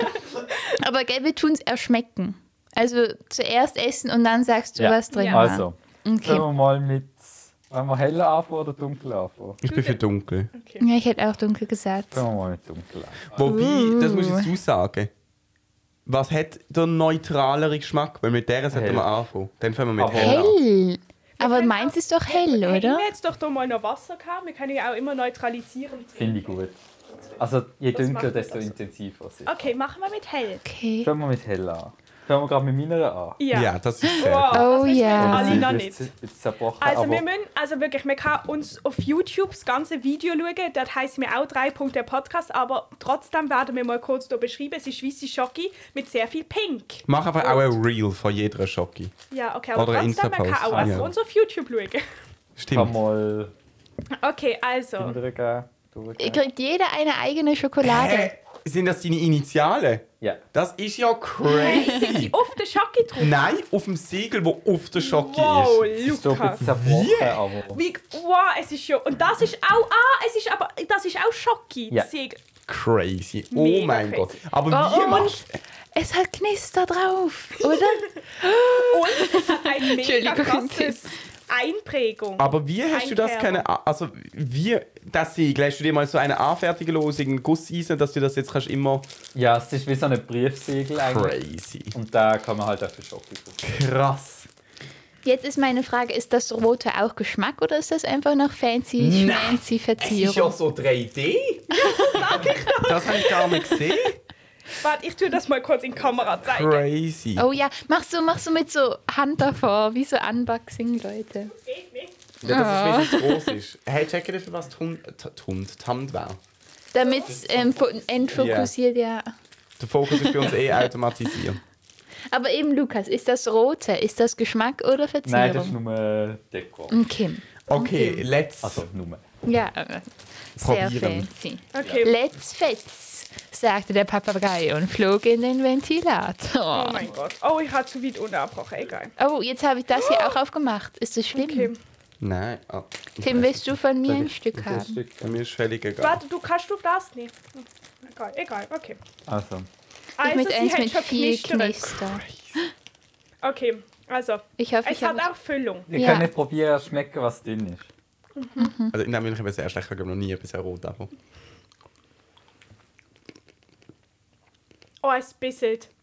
aber gell, wir tun es erschmecken. Also zuerst essen und dann sagst du,
Ja.
was drin
Ja.
war.
Also,
Okay.
sollen wir mal mit. Wollen wir heller anfangen oder dunkel anfangen?
Ich bin für dunkel.
Okay.
Ja, ich hätte auch dunkel gesagt.
Fangen wir mal mit dunkel an.
Wobei, das muss ich
Uh.
jetzt aussagen. Was hat der neutralere Geschmack? Weil mit der sollten
Hell.
wir anfangen. Dann fangen wir mit
Ah,
Aber-
hell an.
Hell. Aber
können
meins ist doch hell,
Hey,
oder?
wir jetzt doch da mal noch Wasser gehabt. Wir können ja auch immer neutralisieren.
Finde ich gut. Also, je
Das
dunkler,
macht
desto
das so.
intensiver sind.
Okay, machen wir mit hell.
Okay.
Fangen wir mit hell an. Fangen wir gerade mit meiner an.
Ja.
Ja.
das ist sehr
Wow,
gut.
Oh
das wissen
ja.
jetzt
Also
alle noch
Sie
nicht.
ist jetzt- jetzt zerbrochen,
Also
aber
wir müssen, also wirklich, man kann uns auf YouTube das ganze Video schauen, dort heisst mir auch drei Punkte Podcast, aber trotzdem werden wir mal kurz hier beschreiben, es ist weisse Schocke mit sehr viel Pink.
Mach einfach auch ein Reel von jeder Schocke.
Ja, okay, aber
Oder ein
trotzdem, man kann
Insta-Post.
auch
Ah,
auf
ja.
uns auf YouTube schauen.
kann
Stimmt.
mal
Okay, also,
hintergehen, durchgehen.
Kriegt jeder eine eigene Schokolade.
Hä? Sind das deine Initialen?
Ja.
Das ist ja
sind
crazy.
sie auf der Schocke drauf?
Nein, auf dem Siegel, wo auf der Schocke
Wow,
ist.
Es ist doch ein
Lukas.
bisschen zerbrochen,
Yeah.
aber...
Wie, wow, es ist ja, und das ist auch, ah, es ist aber, das ist auch Schocke.
Ja.
das Siegel.
Crazy. Oh
Mega
mein
crazy.
Gott. Aber
Oh,
wie
und-
machst
Es hat Knister drauf, oder?
Und es hat ein mega
Entschuldigung,
krasses Einprägung.
aber wie hast du das
Einkerben.
können? Also wie das Siegel? Hast du dir mal so eine anfertigen lassen, einen Gusseisen, dass du das jetzt kannst immer
Ja, es ist wie so ein Briefsiegel eigentlich.
crazy?
Und da kann man halt auch für Schoki drauf.
Krass.
Jetzt ist meine Frage, ist das rote auch Geschmack oder ist das einfach noch fancy,
Nein,
schmancy
Es ist ja
Verzierung?
so 3D. das habe ich gar nicht gesehen.
Warte, ich tue das mal kurz in die Kamera zeigen.
Crazy.
Oh ja, mach so, mach so mit so Hand davor, wie so Unboxing, Leute.
Geht nicht.
Ja, das ist, wie es groß ist. Hey, check dir, für was Tund, Tund, Tund war.
Damit es ähm, fo- entfokussiert, ja.
Der Fokus ist bei uns eh automatisiert.
Aber eben, Lukas, ist das rote, ist das Geschmack oder Verzierung?
Nein, das ist nur Deko.
Okay.
Okay, let's.
Also nur.
Ja, äh, sehr
Probieren.
fancy.
Okay,
Let's fetz, sagte der Papagei und flog in den Ventilator.
Oh mein Gott. Oh, ich habe zu weit unabgebrochen. Egal.
Oh, jetzt habe ich das hier auch aufgemacht. Ist das schlimm?
Okay.
Nein. ah, ich
Tim,
weiß
willst du von mir ein
nicht.
Stück
Das
haben?
Stück, Mir ist völlig egal.
Warte, du kannst du das nicht. Egal, egal, okay.
Also,
Ich
Also,
mit eins
hat
mit
schon
viel
knistert.
Knister.
Okay, also,
Ich hoffe,
es
ich
hat
habe...
auch Füllung.
ihr
Ja.
könnt nicht probieren, schmecken, was drin ist.
Also, in der München bin ich sehr schlecht, ich habe noch nie etwas rot. Aber.
Oh, es bisselt.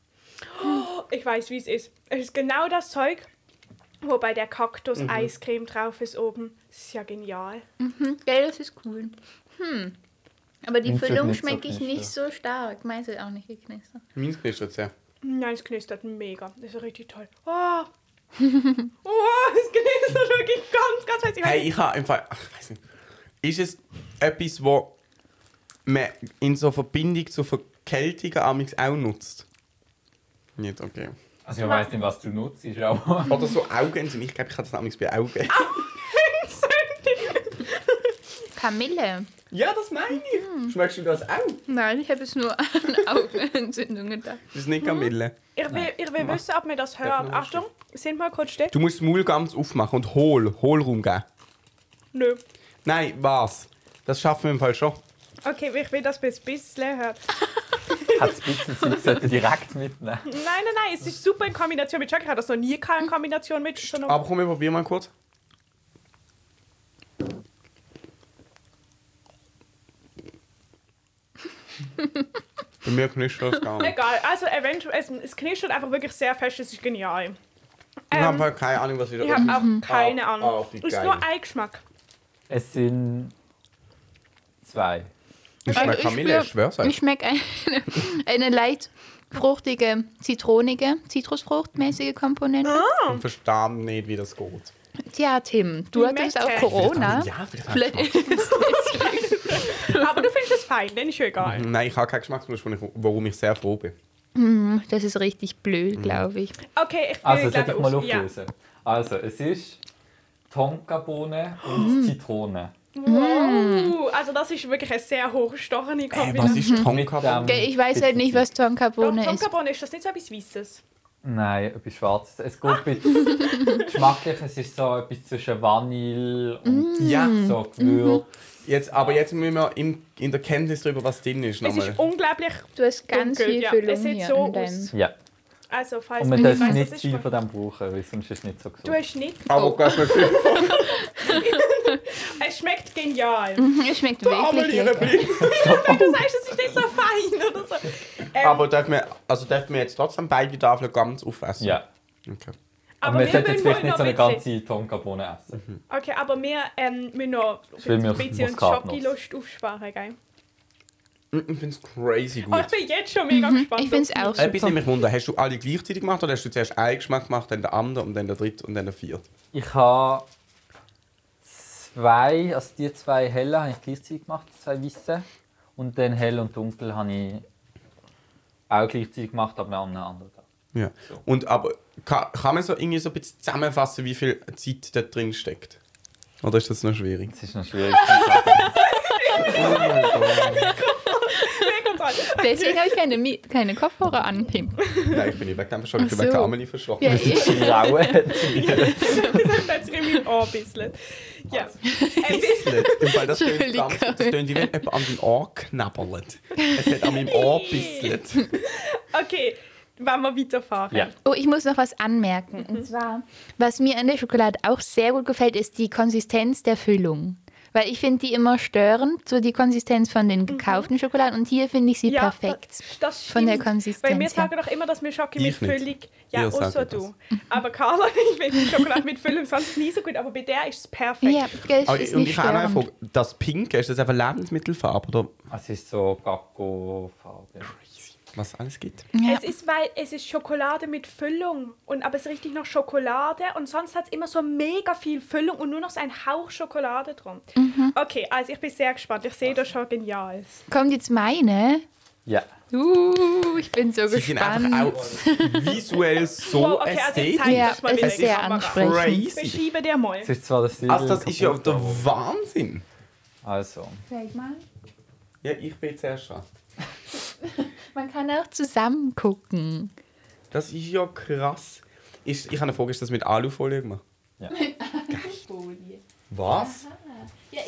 Oh, ich weiß, wie es ist. Es ist genau das Zeug, wo bei der Kaktus-Eiscreme drauf ist oben. Das ist ja genial.
Gell, das ist cool. Hm. Aber die
Meins wird
Füllung
nicht so
schmecke ich nicht
knister.
so stark. Meins hat auch nicht geknistert.
Meins knistert sehr.
Nein, es knistert mega. Das ist ja richtig toll. Oh. oh, es knistert wirklich ganz, ganz heiß. Ich weiß
Hey,
nicht.
ich habe im Fall. Ach, ich weiß nicht. Ist es etwas, wo man in so Verbindung zu Verkältungen amigs auch nutzt? Nicht, okay.
Also ich weiß nicht, was du nutzt, aber...
Oder so Augenentzündung. Ah! Ich glaube, ich habe das amigs bei Augen.
Kamille.
Ja, das meine
Hm.
ich. Schmeckst du das auch?
Nein, ich habe es nur an Augenentzündung gedacht.
Das ist nicht Kamille.
Ich will, ich will wissen, ob wir das hören.
Ja,
Achtung, sind wir kurz still?
Du musst das Maul ganz aufmachen und hol, Hohlraum geben.
Nö.
Nein, was? Das schaffen wir im Fall schon.
Okay, ich will, dass man es ein bisschen hört.
Hat es ein bisschen Zeit, sollte direkt mitnehmen.
Nein, nein, nein, es ist super in Kombination mit Chuck. Ich habe das noch nie gehabt in Kombination mit. Schon
Aber komm, wir probieren mal kurz. Bei mir knistert das gar nicht.
Egal, also eventuell, es, es knistert einfach wirklich sehr fest, es ist genial. Ähm,
Ich habe halt keine Ahnung, was ich da
Ich habe
oben-
auch keine
Ah,
Ahnung.
ah, die
Ist
geil.
nur ein Geschmack.
Es sind zwei.
Ich
Also,
schmecke Kamille, ich schwör's
Ich
euch.
schmecke eine, eine leicht fruchtige, zitronige, zitrusfruchtmäßige Komponente.
Ich verstehe nicht, wie das geht.
Tja, Tim, du
Wie
hattest auch
möchte.
Corona.
Ja, wie das
Vielleicht
Geschmack.
ist es
Aber du findest es fein, dann ist ja egal.
Nein, ich habe keinen Geschmackswunsch, wo ich- worum ich sehr froh bin.
nicht- das ist richtig blöd, glaube ich.
Okay, ich will
Also, soll
glaub
ich mal
aus- ja.
auflösen? Also, es ist Tonkabohne und Zitrone.
Wow, also das ist wirklich eine sehr hochgestochene
was
Kombination.
ist
Tonka?
Tonka?
Okay, ich weiß halt nicht, was Tonkabone ist.
Tonkabohne, ist das nicht so etwas Weisses?
Nein, etwas Schwarzes. Es geht ein bisschen geschmacklich. Es ist so etwas zwischen Vanille und
Mm.
Ja.
so
Mhm.
Gewürz.
Jetzt, aber jetzt müssen wir in, in der Kenntnis darüber, was drin ist.
Es
Nochmal.
ist unglaublich.
Du hast ganz
Dunkel,
viel
ja.
Füllung
Es sieht
hier
so
an deinem.
aus.
Ja.
Also, falls
Und man
man nicht
darf
weiss,
nicht
was
viel
ist.
von dem brauchen, weil sonst ist es nicht so
Du
gesund.
hast nicht.
Aber ganz viel.
Es schmeckt genial.
Es schmeckt
Aber
wirklich
ihre
lecker.
Blick.
Du sagst, es ist nicht so fein oder so. Ähm,
Aber dürfen wir, also dürfen wir jetzt trotzdem beide Tafeln ganz aufessen?
Ja.
Okay.
Aber wir sollten
wollen
jetzt vielleicht
noch
nicht so eine
ein bisschen-
ganze Tonkabohne essen.
Okay, aber wir ähm, müssen noch
will mir
ein bisschen uns
Muskatnuss.
Schokolust aufsparen, gell?
Ich finde es crazy
Oh,
gut.
ich bin jetzt schon mega gespannt.
Mhm, Ich finde es
auf-
auch
Etwas nimmt
super.
mich wunder, hast du alle gleichzeitig gemacht oder hast du zuerst einen Geschmack gemacht, dann den anderen und dann den dritten und dann den vierten?
Ich habe zwei, also die zwei hellen habe ich gleichzeitig gemacht, die zwei weißen. Und dann hell und dunkel habe ich auch gleichzeitig gemacht, aber an einem anderen Tag.
Ja. Und aber kann, kann man so irgendwie so ein bisschen zusammenfassen, wie viel Zeit da drin steckt? Oder ist das noch schwierig?
Das ist noch schwierig. zu sagen.
Mega toll.
Deswegen habe ich keine, Mi- keine Kopfhörer an, Tim.
Nein, ich bin nicht weggegangen, schon ich bin
Ach so.
wegen der Amelie verschrocken.
Ja,
Das ist graue.
Das hat jetzt irgendwie auch ein bisschen. Ja.
Also.
Ein bisschen.
Im Fall, das tönt
Entschuldigung.
ganz- das tönt wie wenn jemand an dein Ohr knabbert. Es hat an meinem Ohr bisselt.
Okay, wollen wir weiterfahren?
Ja.
Oh, ich muss noch was anmerken. Und zwar, was mir an der Schokolade auch sehr gut gefällt, ist die Konsistenz der Füllung. Weil ich finde die immer störend, so die Konsistenz von den gekauften Schokoladen. Und hier finde ich sie
Ja,
perfekt.
Das, das
Von der
stimmt.
Konsistenz
Weil wir
her.
sagen doch immer, dass wir Schoki mit
Ich nicht.
Füllung. Ja,
Ihr
außer
sagt das.
du. Aber Carla, ich finde Schokolade mit Füllung sonst nie so gut, aber bei der ist es perfekt.
Ja, gell,
Aber,
es ist
und
nicht
ich habe auch noch eine
störend.
Frage. Das Pink, ist das einfach Lebensmittelfarbe oder
Es ist so Gacko-Farbe.
was alles gibt?
Ja.
Es ist, weil es ist Schokolade mit Füllung. Und, aber es ist richtig noch Schokolade. Und sonst hat es immer so mega viel Füllung und nur noch so ein Hauch Schokolade drum. Okay, also ich bin sehr gespannt. Ich sehe da schon Geniales.
Kommt jetzt meine?
Ja.
Uh, ich bin so
Sie sind einfach
gespannt.
auch visuell so
Wow, okay, also jetzt
ästhetisch.
zeig
Ja,
das mal
es
wieder
ist
in die
sehr
Kamera.
ansprechend.
Crazy.
Beschreibe dir mal.
Es ist zwar das Siegel
Also das ist ja
kaputt,
der
aber-
Wahnsinn.
Also.
Zeig mal.
Ja, ich bin zuerst dran.
Man kann auch zusammen gucken.
Das ist ja krass. Ist, ich habe eine Frage, ist das mit Alufolie gemacht? Was?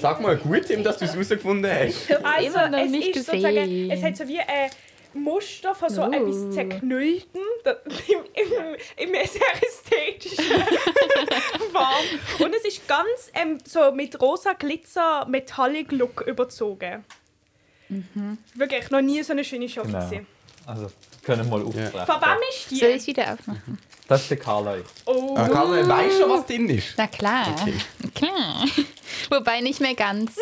Sag mal gut, Tim, dass du es herausgefunden hast.
Also,
immer noch
es
nicht
ist sozusagen,
gesehen.
es hat so wie ein Muster von so
Oh.
etwas Zerknüllten da- im, im, im sehr ästhetischen Form. Und es ist ganz ähm, so mit rosa Glitzer Metallic Look überzogen.
Mhm.
Wirklich, noch nie so eine schöne Show
Genau.
gesehen.
Also, können wir mal aufbrechen.
Von wem ist
Soll
die?
ich es wieder aufmachen?
Das ist der Kalei.
Oh,
Äh, Karl, weißt du schon, was drin ist?
Na klar. Klar. Wobei nicht mehr ganz.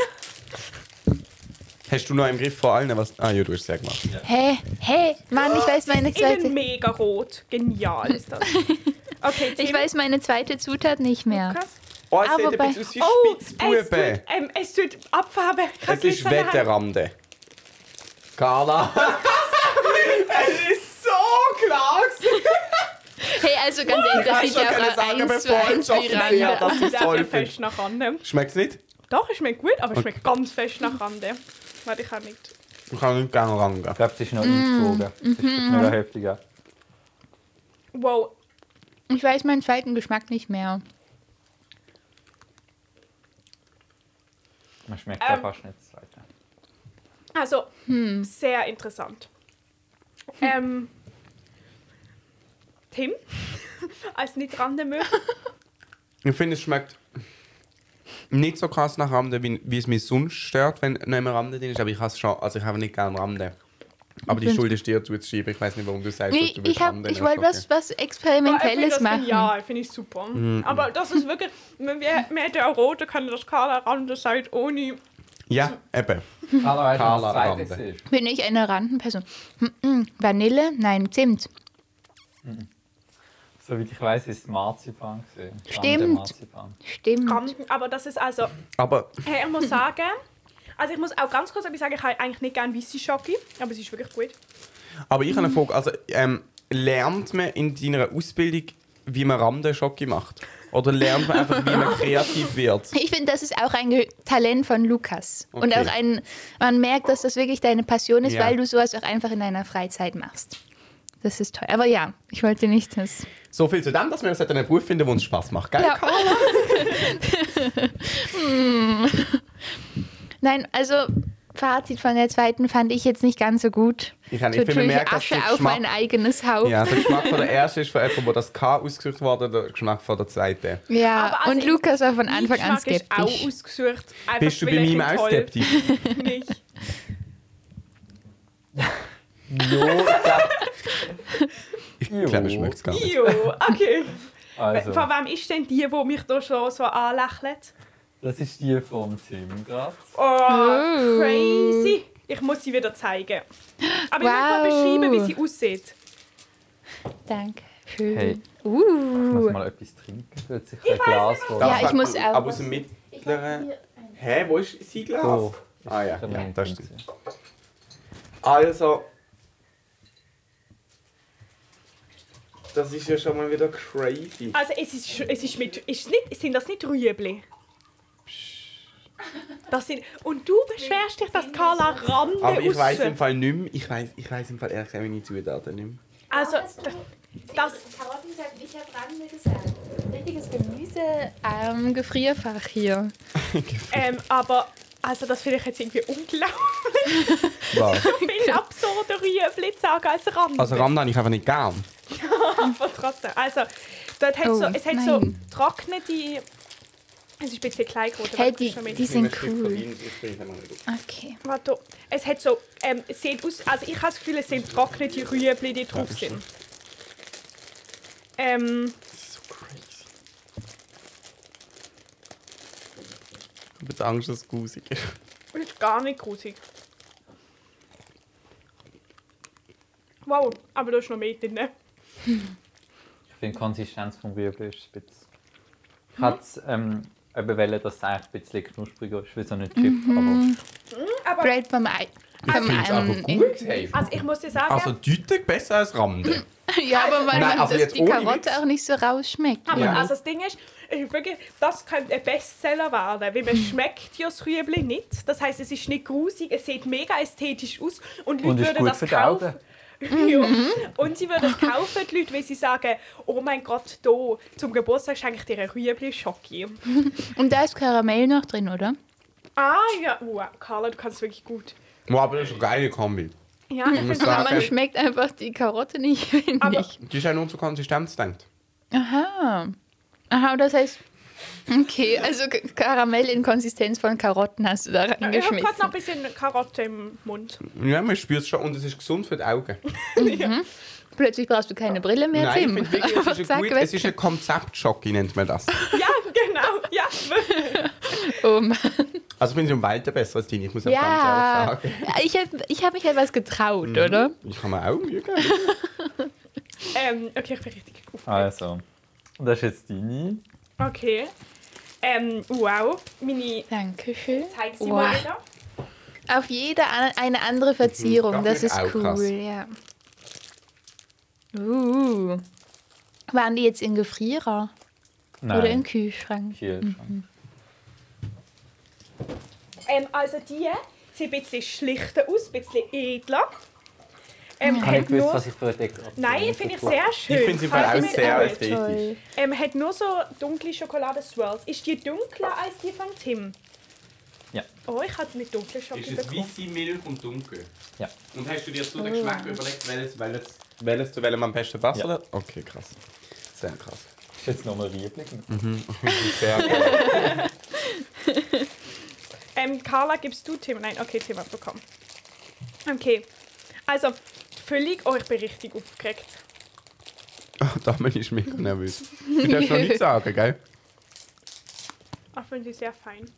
Hast du noch im Griff vor allen was... Ah ja, du hast es ja gemacht.
Hä? Hä? Mann, ich weiß meine zweite.
innen mega rot. Genial ist das. Okay,
Ich
Tim,
weiß meine zweite Zutat nicht mehr.
krass.
Oh, es
Aber
sieht ein
bei-
bisschen aus wie
Oh, es tut,
Spitzbube.
ähm, es tut Abfarbe.
Es ist Wetterrande. Carla. es ist so klar gewesen.
Hey, also ganz ehrlich, das
Ich
sieht
hätte
ja
schon
auch
sagen,
eins zu
bevor ich
eins
es offen
wie
sehe,
Rande
dass du es toll
fest
findest.
nach Rande.
Schmeckt's nicht?
Doch, es schmeckt gut, aber es schmeckt ganz fest nach Rande. Weil ich auch nicht.
Ich kann nicht gerne
Ich
rangehen.
glaube, sie ist
Mm.
noch eingezogen. Das ist
Mhm.
mega heftig. ja.
Wow,
Ich weiß meinen zweiten Geschmack nicht mehr.
Man schmeckt
Ähm.
ja fast nicht das zweite.
also
Hm.
sehr interessant. Ähm, Tim, als nicht Randemöhr.
Ich finde, es schmeckt nicht so krass nach Ramde, wie, wie es mich sonst stört, wenn nicht mehr Ramde drin ist. Aber ich hasse schon, also ich habe nicht gerne Ramde. Aber die Schuld ist dir zuzuschieben. Ich weiß nicht, warum du sagst, dass
Ich,
du
ich,
willst
hab,
Ramde
ich
nehmen.
wollte was, was
Oh,
Experimentelles machen.
Ja, finde ich super.
Hm,
Aber das ist wirklich, wenn wir, wir hätten auch rote, kann das Kala Rande sein ohne.
Ja, eben.
Carla, weißt du,
Carla
was das zweite
Rande.
ist?
Bin ich eine Randenperson? Hm, hm. Vanille? Nein, Zimt.
Soweit ich weiß, ist es Marzipan. gewesen. Rande
Stimmt.
Marzipan.
Stimmt.
Randen. Aber das ist also,
Aber
hey, ich muss sagen, also ich muss auch ganz kurz etwas sagen, ich habe eigentlich nicht gerne weiße Schocke, aber sie ist wirklich gut.
Aber ich habe eine Frage. Also, ähm, lernt man in deiner Ausbildung, wie man Ramden-Schocke macht? Oder lernt man einfach, wie man kreativ wird?
Ich finde, das ist auch ein Ge- Talent von Lukas. Und
Okay.
auch ein, man merkt, dass das wirklich deine Passion ist,
Ja.
weil du sowas auch einfach in deiner Freizeit machst. Das ist toll. Aber ja, ich wollte nicht das.
So viel zu dem, dass wir uns einen Beruf finden, der uns Spaß macht. Gell?
Ja. Nein, also Fazit von der zweiten fand ich jetzt nicht ganz so gut.
Ich habe
Tut
viel
wirklich
bemerkt, dass
Asche
der
auf mein
Geschmack,
eigenes Haupt.
ja, der Geschmack von der ersten ist von jemandem, der das K ausgesucht wurde, der Geschmack von der zweiten.
Ja,
Aber also
und
ich-
Lukas war von Anfang an
Mein Geschmack Ist auch
skeptisch. Oh,
ausgesucht, einfach
Bist du
weil
bei
ich ihn
meinem
toll
auch skeptisch?
finde. Nicht.
Jo, ja.
Ich
Jo.
glaube, es schmeckt gar nicht.
Jo, okay.
Also,
Von wem ist denn die, die mich da schon so anlächelt?
das ist die vom Tim gerade.
Oh, crazy. Ich muss sie wieder zeigen. Aber ich
Wow.
möchte mal beschreiben, wie sie aussieht.
Danke. Schön.
Hey. Ich muss
Uh.
mal etwas trinken. Plötzlich ein Glas voll.
Ja, ich
hat-
muss auch
Aber aus
was-
dem mittleren... Hä, wo ist sein Glas?
So.
Ah ja,
Oh, Der
ja
Moment
das
kommt
stimmt.
sie.
Also. Das ist ja schon mal wieder crazy.
Also es ist, sch- es ist mit, ist nicht, sind das nicht Rüebli? Das sind, und du beschwerst dich, dass Carla Rande
Aber ich
aussieht.
weiß im Fall nicht mehr. Ich weiß, ich weiß im Fall ehrlich gesagt meine Zutaten nicht mehr.
Also, das, das,
Karottensaft, ich habe Rande gesagt. Richtiges Gemüse am Gefrierfach hier.
ähm, aber, also das finde ich jetzt irgendwie unglaublich. Viel absurder Rüebli zu sagen als Rande.
Also Rand habe ich einfach nicht gern.
Aber trotzdem. Also, dort hat
Oh,
so, es hat so
nein.
trocknete. Es ist ein bisschen klein geworden.
Hey,
warte,
die,
schon mit-
die sind cool. Okay.
Warte, es hat so. Ähm, es sieht aus, also ich habe das Gefühl, es sind trocknete Rüebli, die drauf sind. Ähm,
Ich habe Angst, dass es grusig ist.
ist gar nicht grusig. Wow, aber da ist noch mehr drin.
Ich finde die Konsistenz vom Wirbel ist spitz. Ich hätte ähm, eben wollen, dass es eigentlich ein bisschen knuspriger ist, wie so eine Chip.
Mhm. Aber
Bread vom Ei.
Ich
vom
finde es aber
ähm,
gut. Hey.
also ich muss dir sagen,
Also deutlich besser als Rande.
Ja, aber weil
Nein,
man
also
dass
jetzt
die
ohne
Karotte
Witz.
auch nicht so rausschmeckt.
aber
Ja.
also das Ding ist, ich wirklich, das könnte ein Bestseller werden, weil man
Hm.
schmeckt ja das Rüebli nicht. Das heißt, es ist nicht grusig, es sieht mega ästhetisch aus und Leute
Und ist
würden
gut
das
für die
kaufen.
Augen. Mhm.
Ja. Und sie würden es kaufen, die Leute, weil sie sagen, oh mein Gott, da, zum Geburtstag schenke ich dir ein Rüebli-Schocki.
Und da ist Karamell noch drin, oder?
Ah ja, wow, Carla, du kannst wirklich gut.
Wow, aber das ist eine geile Kombi.
Ja, ich
muss
finde
sagen-
Aber man
Okay.
schmeckt einfach die Karotte nicht, finde
Aber-
ich.
Die ist ja nur zur Konsistenz denkt.
Aha. Aha, das heißt. Okay, also K- Karamell in Konsistenz von Karotten hast du da
ich habe gerade noch ein
reingeschmissen.
bisschen Karotte im Mund.
Ja, man spürt es schon und es ist gesund für die Augen.
Plötzlich brauchst du keine Brille mehr,
Nein, ich
Tim.
finde wirklich, es ist
Zack,
ein, gut,
weg.
es ist ein Konzeptschocki, nennt man das.
Ja, genau, ja.
Oh Mann.
Also finde ich um Weiten besser als deine, ich muss auch
Ja,
ganz ehrlich sagen.
ich habe ich hab mich etwas getraut,
Mhm.
oder?
Ich kann mir auch Mühe geben.
ähm, okay, ich bin richtig aufgeregt.
Also, und das ist jetzt deine.
Okay. Ähm, wow, meine...
Dankeschön.
Zeig sie
Wow.
mal wieder.
Auf jede an- eine andere Verzierung,
Mhm, das
das
finde
ist
ich auch
cool,
krass.
ja. Uh. Waren die jetzt in Gefrierer
Nein,
Mhm.
oder im Kühlschrank?
Kühlschrank.
Ähm, also die sehen ein bisschen schlichter aus, ein bisschen edler. Ähm,
Ich habe nicht
hat nur-
gewusst, was ich für eine Dekoration
Nein, finde ich sehr schön.
Ich finde sie im Fall
Kann
auch
mir
sehr
auch-
ästhetisch.
Ähm, hat nur so dunkle Schokolade-Swirls. Ist die dunkler als die von Tim?
Ja.
Oh, ich hatte mit dunklen
Ist
Schokolade
es
bekommen.
weiße Milch und dunkel?
Ja.
Und hast du dir so den Geschmack überlegt, welches, welches, welches zu welchem am besten passt?
Ja.
oder? Okay, krass. Sehr krass.
Ist jetzt nochmal Riebling?
Sehr geil.
Ähm, Carla, gibst du Tim? Nein, okay, Tim hat bekommen. Okay. Also, völlig... Oh, ich bin richtig aufgeregt.
Oh, Damel ist mega nervös. Du darfst noch nichts sagen, gell?
Ah, Ich finde sie sehr fein.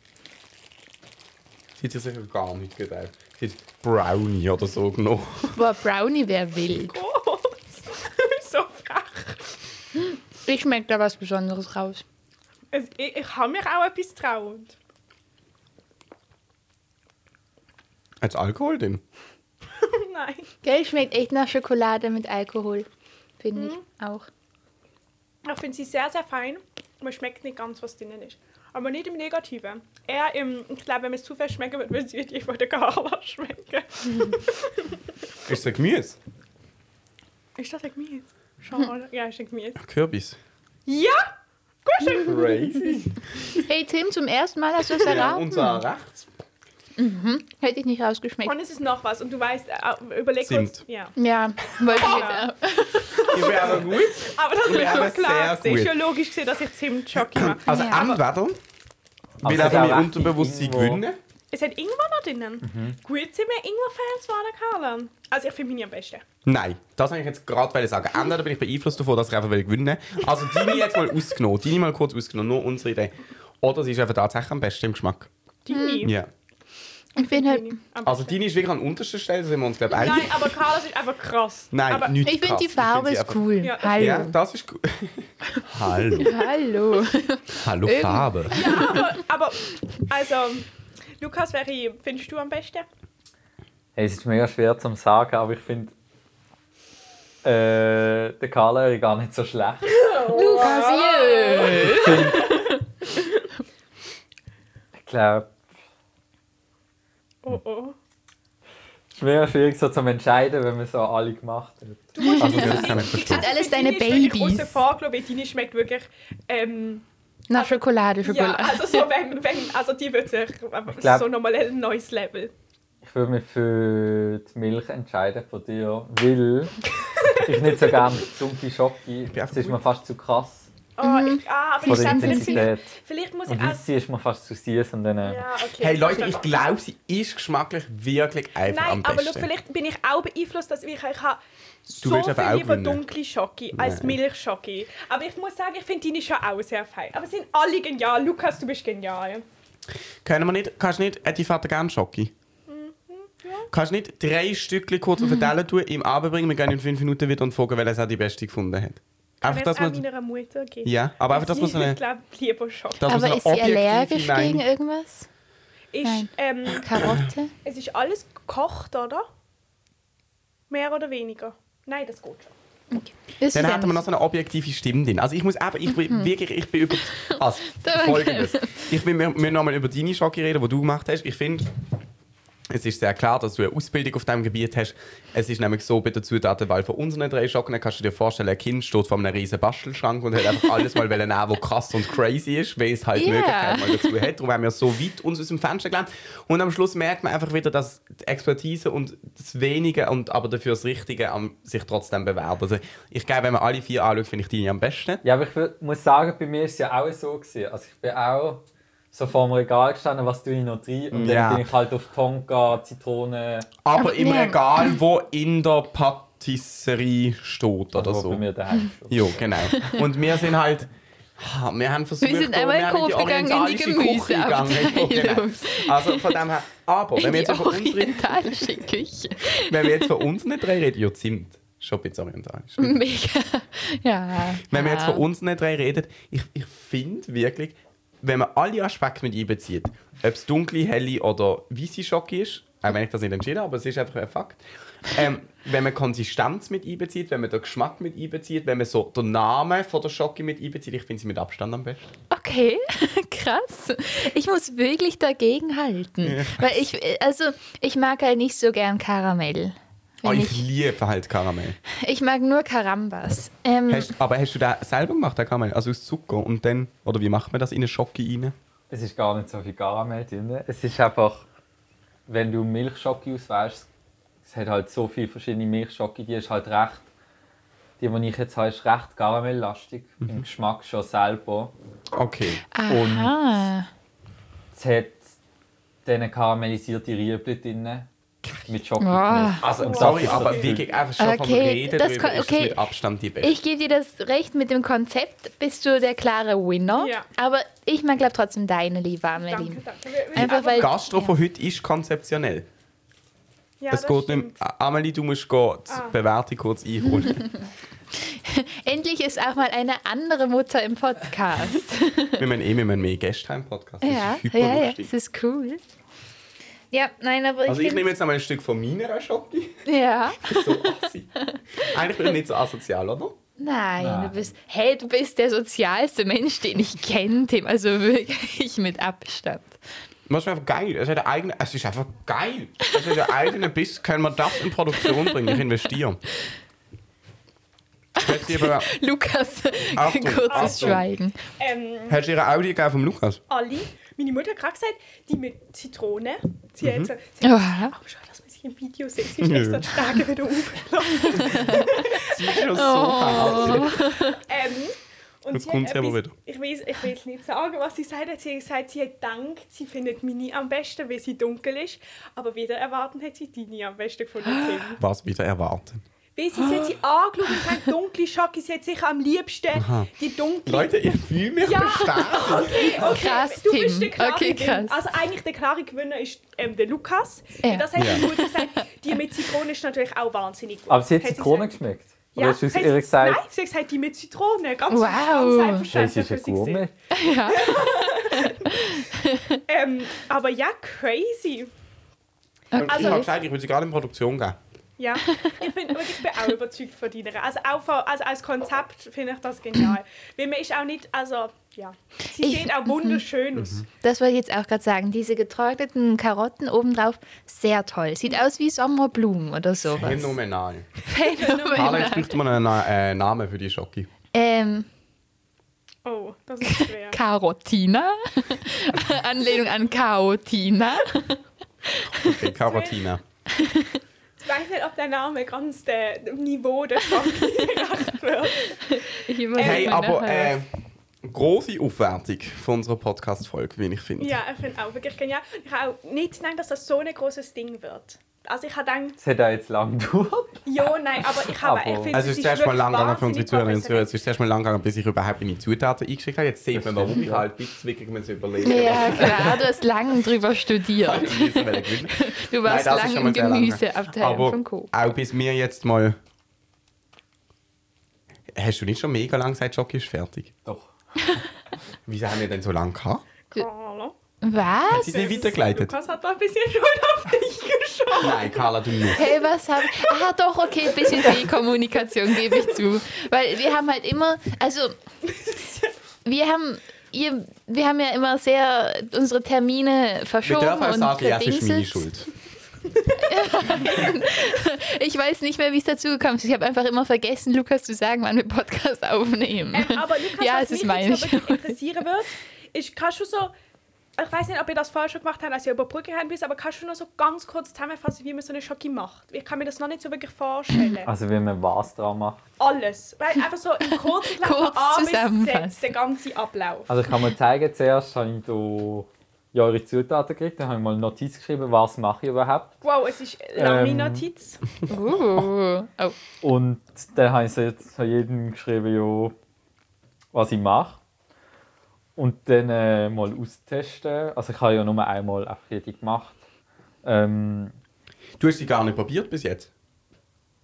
Sie hat sich sicher gar nicht gedacht. Sie hat Brownie oder so genommen.
Boah, Brownie wäre wild.
Groß! so frech.
Ich schmecke da was Besonderes raus.
Also, ich, ich habe mich auch etwas traut.
Als Alkohol denn?
Nein.
Gell, schmeckt echt nach Schokolade mit Alkohol. Finde
Mhm.
ich auch.
Ich finde sie sehr, sehr fein. Man schmeckt nicht ganz, was drinnen ist. Aber nicht im Negativen. Eher im, ich glaube, wenn man es zu fest schmecken würde, würde es wie von der Gala schmecken.
Ist es ein Gemüse?
Ist das ein Gemüse? Schade. Ja, ist ein Gemüse.
Kürbis.
Ja! Gut,
Crazy.
Hey Tim, zum ersten Mal hast du es
Ja,
erraten.
unser rechts.
Hätte ich nicht rausgeschmeckt.
Und es ist noch was. Und du weißt, äh, überleg kurz.
Zimt.
Ja.
Ja, wollte ich
Ja.
jetzt auch.
Ich wäre aber gut.
Aber das
Ja,
war
aber
schon klar.
sehr
Es ist
gut.
ja logisch, gewesen, dass ich ziemlich schockiert mache.
Also
Ja.
entweder will
Also,
er mein
da
Unterbewusstsein
irgendwo-
gewinnen.
Es hat Ingwer noch drinnen.
Mhm.
Gut sind wir Ingwer-Fans von Carla. Also ich finde meine am besten.
Nein, das wollte ich jetzt gerade sagen. Entweder bin ich beeinflusst davon, dass ich einfach gewinnen will. Also deine jetzt mal ausgenommen. Deine mal kurz ausgenommen. Nur unsere Idee. Oder sie ist einfach tatsächlich am besten im Geschmack.
Deine.
Ja.
Ich finde halt,
Deine am
Also
besten.
deine ist wirklich an unterster Stelle. Da sind wir uns, glaube ich, einig.
Nein, aber Carla ist einfach krass.
Nein,
aber
nicht
ich finde
krass.
die Farbe
sie
ist
einfach-
cool.
Ja, das-
Hallo.
Ja, das ist cool. Hallo.
Hallo.
Hallo
Irgend-
Farbe.
Aber, also, Lukas, welche findest du am besten?
Hey, es ist mega schwer zu sagen, aber ich finde äh, den Color gar nicht so schlecht.
Lukas, jö.
Ich glaube,
Oh oh.
es ist mega schwierig so zu entscheiden, wenn man so alle gemacht hat.
Also das kann ich verstehen.
Sind alles deine
Außer
Babys.
vor, glaube ich, deine schmeckt wirklich. Ähm,
Nach Schokolade,
ja,
Schokolade.
also, so, wenn, wenn, also die wird sich äh,
glaub-
so nochmal ein neues Level.
Ich würde mich für die Milch entscheiden von dir, weil ich nicht so gerne dumpfe Schocke.
Ja,
Das ist
gut.
mir fast zu krass
Oh,
Mhm.
ich, ah, aber
von
Also,
ich
der
glaub, vielleicht,
Intensität.
vielleicht muss ich
Und
auch.
Weisse ist mir fast zu süß und dann... äh,
Ja, okay.
Hey Leute, ich glaube, sie ist geschmacklich wirklich einfach am
Nein, aber
besten.
schau, vielleicht bin ich auch beeinflusst, dass ich, ich habe so
willst
viel
aber auch
lieber
gewinnen.
dunkle Schocke als
Nein.
Milchschocke. Aber ich muss sagen, ich finde deine schon auch sehr fein. Aber sie sind alle genial. Lukas, du bist genial.
Können wir nicht, kannst du nicht äh, die Vater gerne Schocke?
Mhm,
Kannst du nicht drei Stückchen kurz auf den Teller tun, ihm runterbringen, wir gehen in fünf Minuten wieder und fragen, welches er die beste gefunden hat? Einfach,
Wenn
dass
es auch
man...
meiner Mutter geht.
Ja, aber einfach, dass man so eine...
Ich glaube, lieber Schocke.
Dass man so
Aber
eine
ist sie
objektive
allergisch
Meinung-
gegen irgendwas?
Ist,
Nein.
ähm,
Karotte?
es ist alles gekocht, oder? Mehr oder weniger? Nein, das geht schon.
Okay. Ist
Dann
es ja
hätten wir noch
nicht.
so eine objektive Stimme drin. Also ich muss eben, ich bin wirklich, ich bin über... Also,
Da war
folgendes. Ich will mir, mir nochmal über deine Schocke reden, die du gemacht hast. Ich finde, es ist sehr klar, dass du eine Ausbildung auf diesem Gebiet hast. Es ist nämlich so, bei der Zutatenwahl von unseren drei Schocken kannst du dir vorstellen, ein Kind steht vor einem riesen Bastelschrank und hat einfach alles mal wollen nehmen, was krass und crazy ist, weil es halt
Ja.
Möglichkeiten mal dazu hat. Darum haben wir so weit uns aus dem Fenster gelernt. Und am Schluss merkt man einfach wieder, dass die Expertise und das Wenige und aber dafür das Richtige am, sich trotzdem bewährt. Also ich glaube, wenn man alle vier anschaut, finde ich deine am besten.
Ja, aber ich wür- muss sagen, bei mir war es ja auch so. Gewesen. Also ich bin auch so vor dem Regal gestanden, was tue ich noch rein. Und
Ja.
dann bin ich halt auf Tonka, Zitrone...
Aber
Aber
im
wir-
Regal, wo in der Patisserie steht oder
Also
so.
bei mir daheim schon.
Ja, genau. Und wir sind halt. Ah, Wir haben versucht,
Wir sind
da-
einmal in
wir haben
Coop gegangen, in die
orientalische Küche gegangen.
Gemüseabteilung.
Genau. Also von dem her. Aber wenn wir,
Die
jetzt über unsere,
orientalische Küche.
wenn wir jetzt von uns nicht drei reden, ja, Zimt. Schon ein bisschen orientalisch.
Mega. Ja.
Wenn wir
Mhm. ja.
jetzt von uns nicht drei reden, ich, ich finde wirklich, wenn man alle Aspekte mit einbezieht, ob es dunkle, helle oder weiße Schocke ist, auch wenn ich das nicht entschieden habe, aber es ist einfach ein Fakt. Ähm, wenn man Konsistenz mit einbezieht, wenn man den Geschmack mit einbezieht, wenn man so den Namen von der Schocke mit einbezieht, ich finde sie mit Abstand am besten.
okay, krass. Ich muss wirklich dagegen halten. Weil ich, also, ich mag halt nicht so gern Karamell.
Oh,
Wenn
ich
ich,
liebe halt Karamell.
ich mag nur Karambas. Ähm,
Hast, aber hast du das selber gemacht, den Karamell? Also aus Zucker und dann, oder wie macht man das? In eine Schocke rein?
Es ist gar nicht so viel Karamell drin. Es ist einfach, wenn du Milchschocke auswählst, es hat halt so viele verschiedene Milchschocke, die ist halt recht, die, die ich jetzt habe, ist recht karamelllastig im Geschmack schon selber.
Okay.
aha.
Es hat dann karamellisierte Riebli drin mit Schocke.
Ah.
gemischt.
Also,
Und
sorry,
das ist
aber
so viel.
wirklich einfach schon vom
Okay,
Reden
das
drüber
kann-
ist es
okay.
mit Abstand die Beste.
Ich gebe dir das recht mit dem Konzept, bist du der klare Winner.
Ja.
Aber ich mag, glaube trotzdem deine, liebe
Danke,
Amelie.
danke. Wir- wir-
Einfach weil.
Gastro von heute ist konzeptionell.
ja,
es
das
geht
stimmt.
nicht mehr. Amelie, du musst gehen, die
Ah.
Bewertung kurz einholen.
Endlich ist auch mal eine andere Mutter im Podcast.
wir müssen eh wir müssen mehr Gäste haben im Podcast. Das
ja,
ist hyper
ja, ja,
lustig.
das ist cool. Ja, nein, aber
Also
ich,
ich nehme
find's-
jetzt einmal ein Stück von meiner Schocke.
Ja,
So assi. Eigentlich bin ich nicht so asozial, oder?
nein, du
Nein.
bist, hey, du bist der sozialste Mensch, den ich kenne, Tim. Also wirklich mit Abstand.
Das ist einfach geil. Es, hat eine eigene, es ist einfach geil. Es hat einen eigenen Biss. Können wir das in Produktion bringen? Ich investiere. Hättest du aber-
Lukas,
Achtung,
kurzes
Achtung.
Schweigen.
Ähm,
hättest du ihr ein Audio gegeben vom Lukas?
Ali, meine Mutter hat gerade gesagt, die mit Zitrone. Sie
Mhm.
hat so, sie hat
Oha.
gesagt, schau, dass man sich im Video sieht, sie ist extra stark wieder aufgelaufen.
Sie ist schon so oh.
Ähm, und
Jetzt
sie
kommt's
hat
aber
etwas, ich weiß ich weiß nicht sagen, was sie gesagt hat. Sie hat gesagt, sie hat gedankt, sie findet meine am besten, weil sie dunkel ist. Aber wieder erwarten hat sie deine am besten gefunden, Tim.
Was wieder erwarten.
Weil sie, sie hat sie angeschaut und gesagt, dunkle Schocke, sie hat sicher am liebsten die dunkle.
Leute, ihr fühlt mich
Ja.
bestärkt.
Okay,
Krass,
du bist
Tim.
der klare
Okay,
Gewinner.
krass.
Also eigentlich der klare Gewinner ist ähm, der Lukas.
Ja.
Und das hat
Ja.
die Mutter gesagt, die mit Zitrone ist natürlich auch wahnsinnig gut.
Aber sie hat
sie
Zitrone
gesagt-
geschmeckt. Oder
Ja,
hast du es
hat
ihr
sie-
gesagt?
Nein, sie hat gesagt, die mit Zitrone. Ganz,
Wow.
ganz
Das
selbstverständlich
ist ja
für sie gewesen.
Gourmet.
Ähm, aber ja, crazy. Also,
Also-
Ich habe gesagt, ich würde sie gerade in Produktion geben.
Ja, ich bin, aber ich bin auch überzeugt von deiner. Also, auch von, also als Konzept finde ich das genial. Weil man ist auch nicht, also, ja. Sie
Ich-
sehen auch
Mhm.
wunderschön aus.
Das wollte ich jetzt auch gerade sagen. Diese getrockneten Karotten obendrauf, sehr toll. Sieht aus wie Sommerblumen oder sowas.
Phänomenal.
Phänomenal.
Carla, jetzt bräuchte man einen Na- äh, Namen für die Schocke.
Ähm,
Oh, das ist schwer.
Karottina. Anlehnung an Chaotina.
Okay, Karotina.
Ich weiß nicht, ob der Name ganz der- dem Niveau der Schocke gedacht wird.
Ich
Hey, aber äh, große Aufwertung von unserer Podcast-Folge, wie ich finde.
Ja, ich finde auch wirklich genial. Ich habe auch nicht gedacht, dass das so ein großes Ding wird. Also ich habe gedacht,
Es hat auch jetzt lange gedauert.
ja, nein, aber ich habe, ich
Aber-
finde,
Also es ist zuerst mal
wirklich
lang gegangen für unsere
wahnsinnig
Zuhörerinnen und Zuhörer.
professionell.
Es ist zuerst mal lang gegangen, bis ich überhaupt meine Zutaten eingeschickt habe. Jetzt sieht man, warum
stimmt,
ich
ja.
halt bis wirklich muss überlegen
ja, klar, du hast lang drüber studiert.
Ich weiß, welche gewinnen.
Du
Nein,
warst
das ist schon
lang
mal
im
sehr lang her.
Gemüseabteil
Aber
von Co.
auch bis wir jetzt mal... Hast du nicht schon mega lang gesagt, Jockey ist fertig?
Doch.
Wieso haben wir denn so lange gehabt?
Carla,
Sie
Was?
sind weitergeleitet.
Lukas hat da ein bisschen schon auf dich geschaut.
Nein, Carla, du nicht.
Hey, was hab ich? Ah, doch, okay, ein bisschen Fehlkommunikation, gebe ich zu. Weil wir haben halt immer, also, wir haben, ihr, wir haben ja immer sehr unsere Termine
Wir
verschoben
dürfen auch
und
sagen, ja, es ist meine
verdingselt.
Schuld.
Ich weiß nicht mehr, wie es dazu gekommen ist. Ich habe einfach immer vergessen, Lukas zu sagen, wann wir Podcast aufnehmen.
Ähm, aber Lukas,
ja,
was
es ist
mich
meine
jetzt aber
Schuld.
wirklich interessieren wird, ist, kannst du so, ich weiß nicht, ob ihr das vorher schon gemacht habt, als ihr über Brücke rein bist, aber kannst du noch so ganz kurz zusammenfassen, wie man so eine Schocke macht? Ich kann mir das noch nicht so wirklich vorstellen.
Ah.
Also wenn man was dran macht.
Alles. Weil einfach so in kurzen Klappen
Kurz
A bis
zusammenfassen.
Z, der ganze Ablauf.
Also ich kann mir zeigen, zuerst habe ich da ja, eure Zutaten gekriegt, dann habe ich mal eine Notiz geschrieben, was mache ich überhaupt.
Wow, es ist lange
Ähm.
Notiz.
Uh, oh.
Und dann habe ich so jetzt habe jedem geschrieben, ja, was ich mache. Und dann äh, mal austesten. Also ich habe ja nur einmal einfach jede gemacht. Ähm,
Du hast sie gar nicht probiert bis jetzt,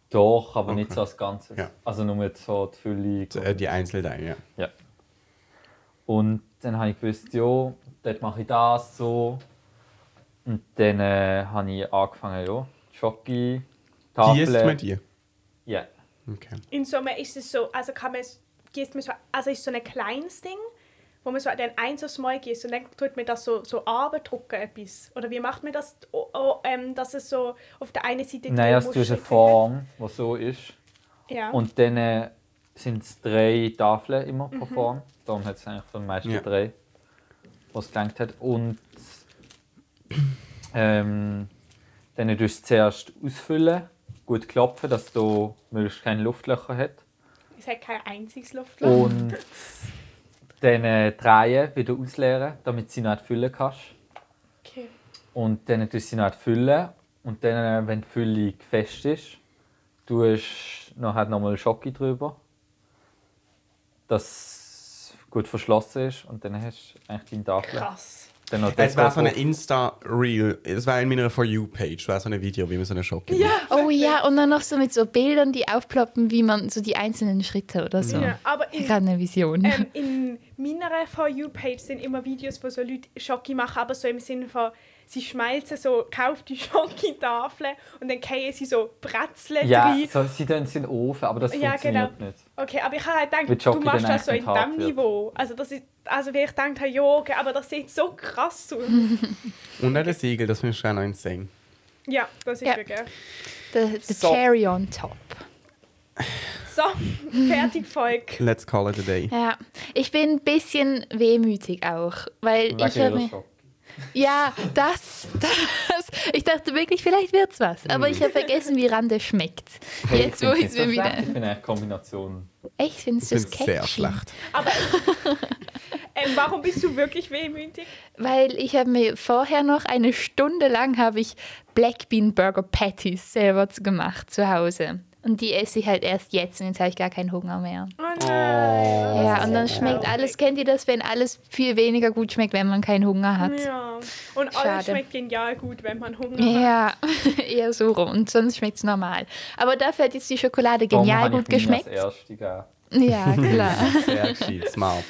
doch, aber nicht so als Ganzes.
Ja.
Also nur jetzt so die Fülle.
äh, die Einzelteile. Ja.
Ja. Und dann habe ich gewusst, ja, dort mache ich das so. Und dann äh, habe ich angefangen, ja, Schocke,
Die isst man
Tafel.
die.
Ja.
Okay.
In Summe ist es so, also kann man es, gießt man so, also ist so ein kleines Ding wo man so den eins aufs Mal gießt und dann tut man das so, so abendrucken etwas. Oder wie macht man das, oh, oh, ähm, dass es so auf der einen Seite
Nein, also
musst
du hast eine
und-
Form, die so ist.
Ja.
Und dann äh, sind es drei Tafeln immer
Mhm.
pro Form. Darum hat es eigentlich von den meisten
Ja.
drei, was gelangt hat. Und ähm, dann tust du es zuerst ausfüllen, gut klopfen, dass du möglichst keine Luftlöcher hat.
es hat kein einziges Luftloch.
Und dann äh, drehen, wieder ausleeren, damit du sie nicht füllen kannst.
Okay.
Und dann tust du sie noch füllen. Und dann, äh, wenn die Fülle fest ist, tust du nachher nochmal Schocke drüber, dass es gut verschlossen ist. Und dann hast du eigentlich deine Tafel.
Krass.
Dann noch
Es
Deko
war so eine
drauf.
Insta-Reel. Es war in meiner For You-Page. Es war so ein Video, wie man so eine Schocke macht.
Ja.
Oh ja, und dann noch so mit so Bildern, die aufploppen, wie man so die einzelnen Schritte oder so.
Ja, aber
Ich
in,
habe eine Vision.
ähm, in meiner For You-Page sind immer Videos, wo so Leute Schocke machen, aber so im Sinne von, sie schmelzen so, kauft die Schocke-Tafeln und dann fallen sie so Brezeln
Ja,
rein.
so, sie tun es in den Ofen, aber das
Ja,
funktioniert
genau.
nicht.
Okay, aber ich habe halt
Mit
gedacht,
Schocke
du machst
dann
das so in
echt nicht hart
diesem
wird.
Niveau. Also, das ist, also wie ich gedacht habe, ja, okay, aber das sieht so krass aus.
Und auch das Siegel, das müssen wir auch noch insane.
ja, das ist
Ja.
wirklich.
The, the
So.
cherry on top.
So, fertig, Volk.
Let's call it a day.
Ja, ich bin ein bisschen wehmütig auch, weil ich
Wegen
habe
ihrer
mir...
Schocke.
Ja, das, das. Ich dachte wirklich, vielleicht wird's was. Aber ich habe vergessen, wie Rande schmeckt.
Hey,
Jetzt,
ich
wo
find's
ich es
nicht so
mir wieder.
schlecht. Ich finde eigentlich Kombinationen.
Echt, findest du
Das
es
ist sehr
catchy?
schlecht.
Ähm, warum bist du wirklich wehmütig?
Weil ich habe mir vorher noch eine Stunde lang habe ich Black Bean Burger Patties selber zu- gemacht zu Hause. Und die esse ich halt erst jetzt und jetzt habe ich gar keinen Hunger mehr.
Oh nein.
ja, und dann schmeckt alles, kennt ihr das, wenn alles viel weniger gut schmeckt, wenn man keinen Hunger hat?
Ja. Und
Schade.
alles schmeckt genial gut, wenn man Hunger hat.
Ja, eher so rum. Und sonst schmeckt es normal. Aber dafür hat jetzt die Schokolade
Darum
genial
habe ich
gut
mir das
geschmeckt.
erste gegeben.
Ja, klar.
Sehr gescheit, smart.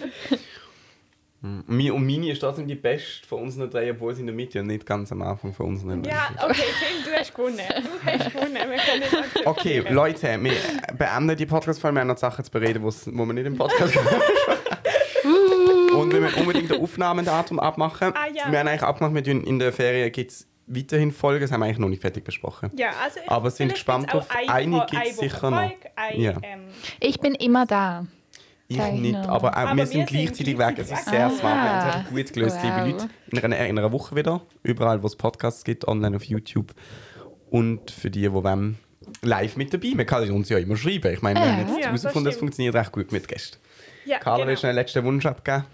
Mm, mi- Und meine ist trotzdem die beste von unseren drei, obwohl sie in der Mitte und nicht ganz am Anfang von unseren drei.
Ja, okay, Tim, du hast gewonnen. Du hast gewonnen. Wir können es akzeptieren.
Okay, Leute, wir beenden die Podcast-Folge. Wir haben noch Sachen zu bereden, wo's- wo wir nicht im Podcast Und wir müssen unbedingt ein Aufnahmedatum abmachen.
Ah, ja.
Wir haben eigentlich abgemacht, wir tun in der Ferien gibt es weiterhin Folgen. Das haben wir eigentlich noch nicht fertig besprochen.
Ja, also ich-
Aber sind
vielleicht
gespannt
gibt's auch
auf eine
Wo-
gibt's
Woche
sicher noch.
Volk, Ein,
Ja.
ähm,
Ich bin immer da.
Ich
Sag ich
nicht,
noch.
aber, auch,
Aber
wir sind
wir sind
gleichzeitig weg. Es ist
gleichzeitig
sehr
weg.
smart. Wir haben es
Ah.
einfach gut gelöst,
Wow.
liebe Leute. In einer, in einer Woche wieder. Überall, wo es Podcasts gibt, online auf YouTube. Und für die, die wollen, live mit dabei. Man kann uns ja immer schreiben. Ich meine, wir
Ja.
haben jetzt
Ja, das
herausgefunden, es
stimmt.
funktioniert recht gut mit Gästen.
ja,
Carla,
genau.
willst du einen letzten Wunsch abgeben?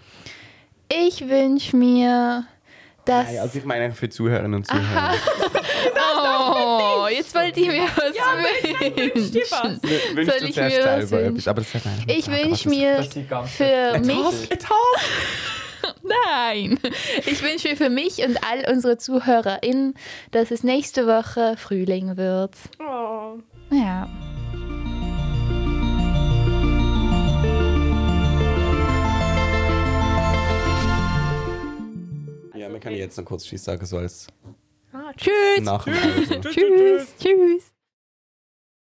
Ich wünsche mir, dass.
Nein, also ich meine für die Zuhörerinnen und Zuhörer.
oh, jetzt wollt ihr mir was
Wünsch dir was.
wünschen.
Ich wünsche
Soll
dir
ich
zuerst
mir was
selber
wünschen?
etwas, aber das hat
Ich wünsche mir
Das sieht ganz
für mich.
halt.
Etwas!
Nein! Ich wünsche mir für mich und all unsere ZuhörerInnen, dass es nächste Woche Frühling wird.
Oh.
Ja.
Ja, man kann jetzt noch kurz Tschüss sagen, so als
Ah,
Tschüss!
Nachricht. Genau.
Tschüss! Tschüss!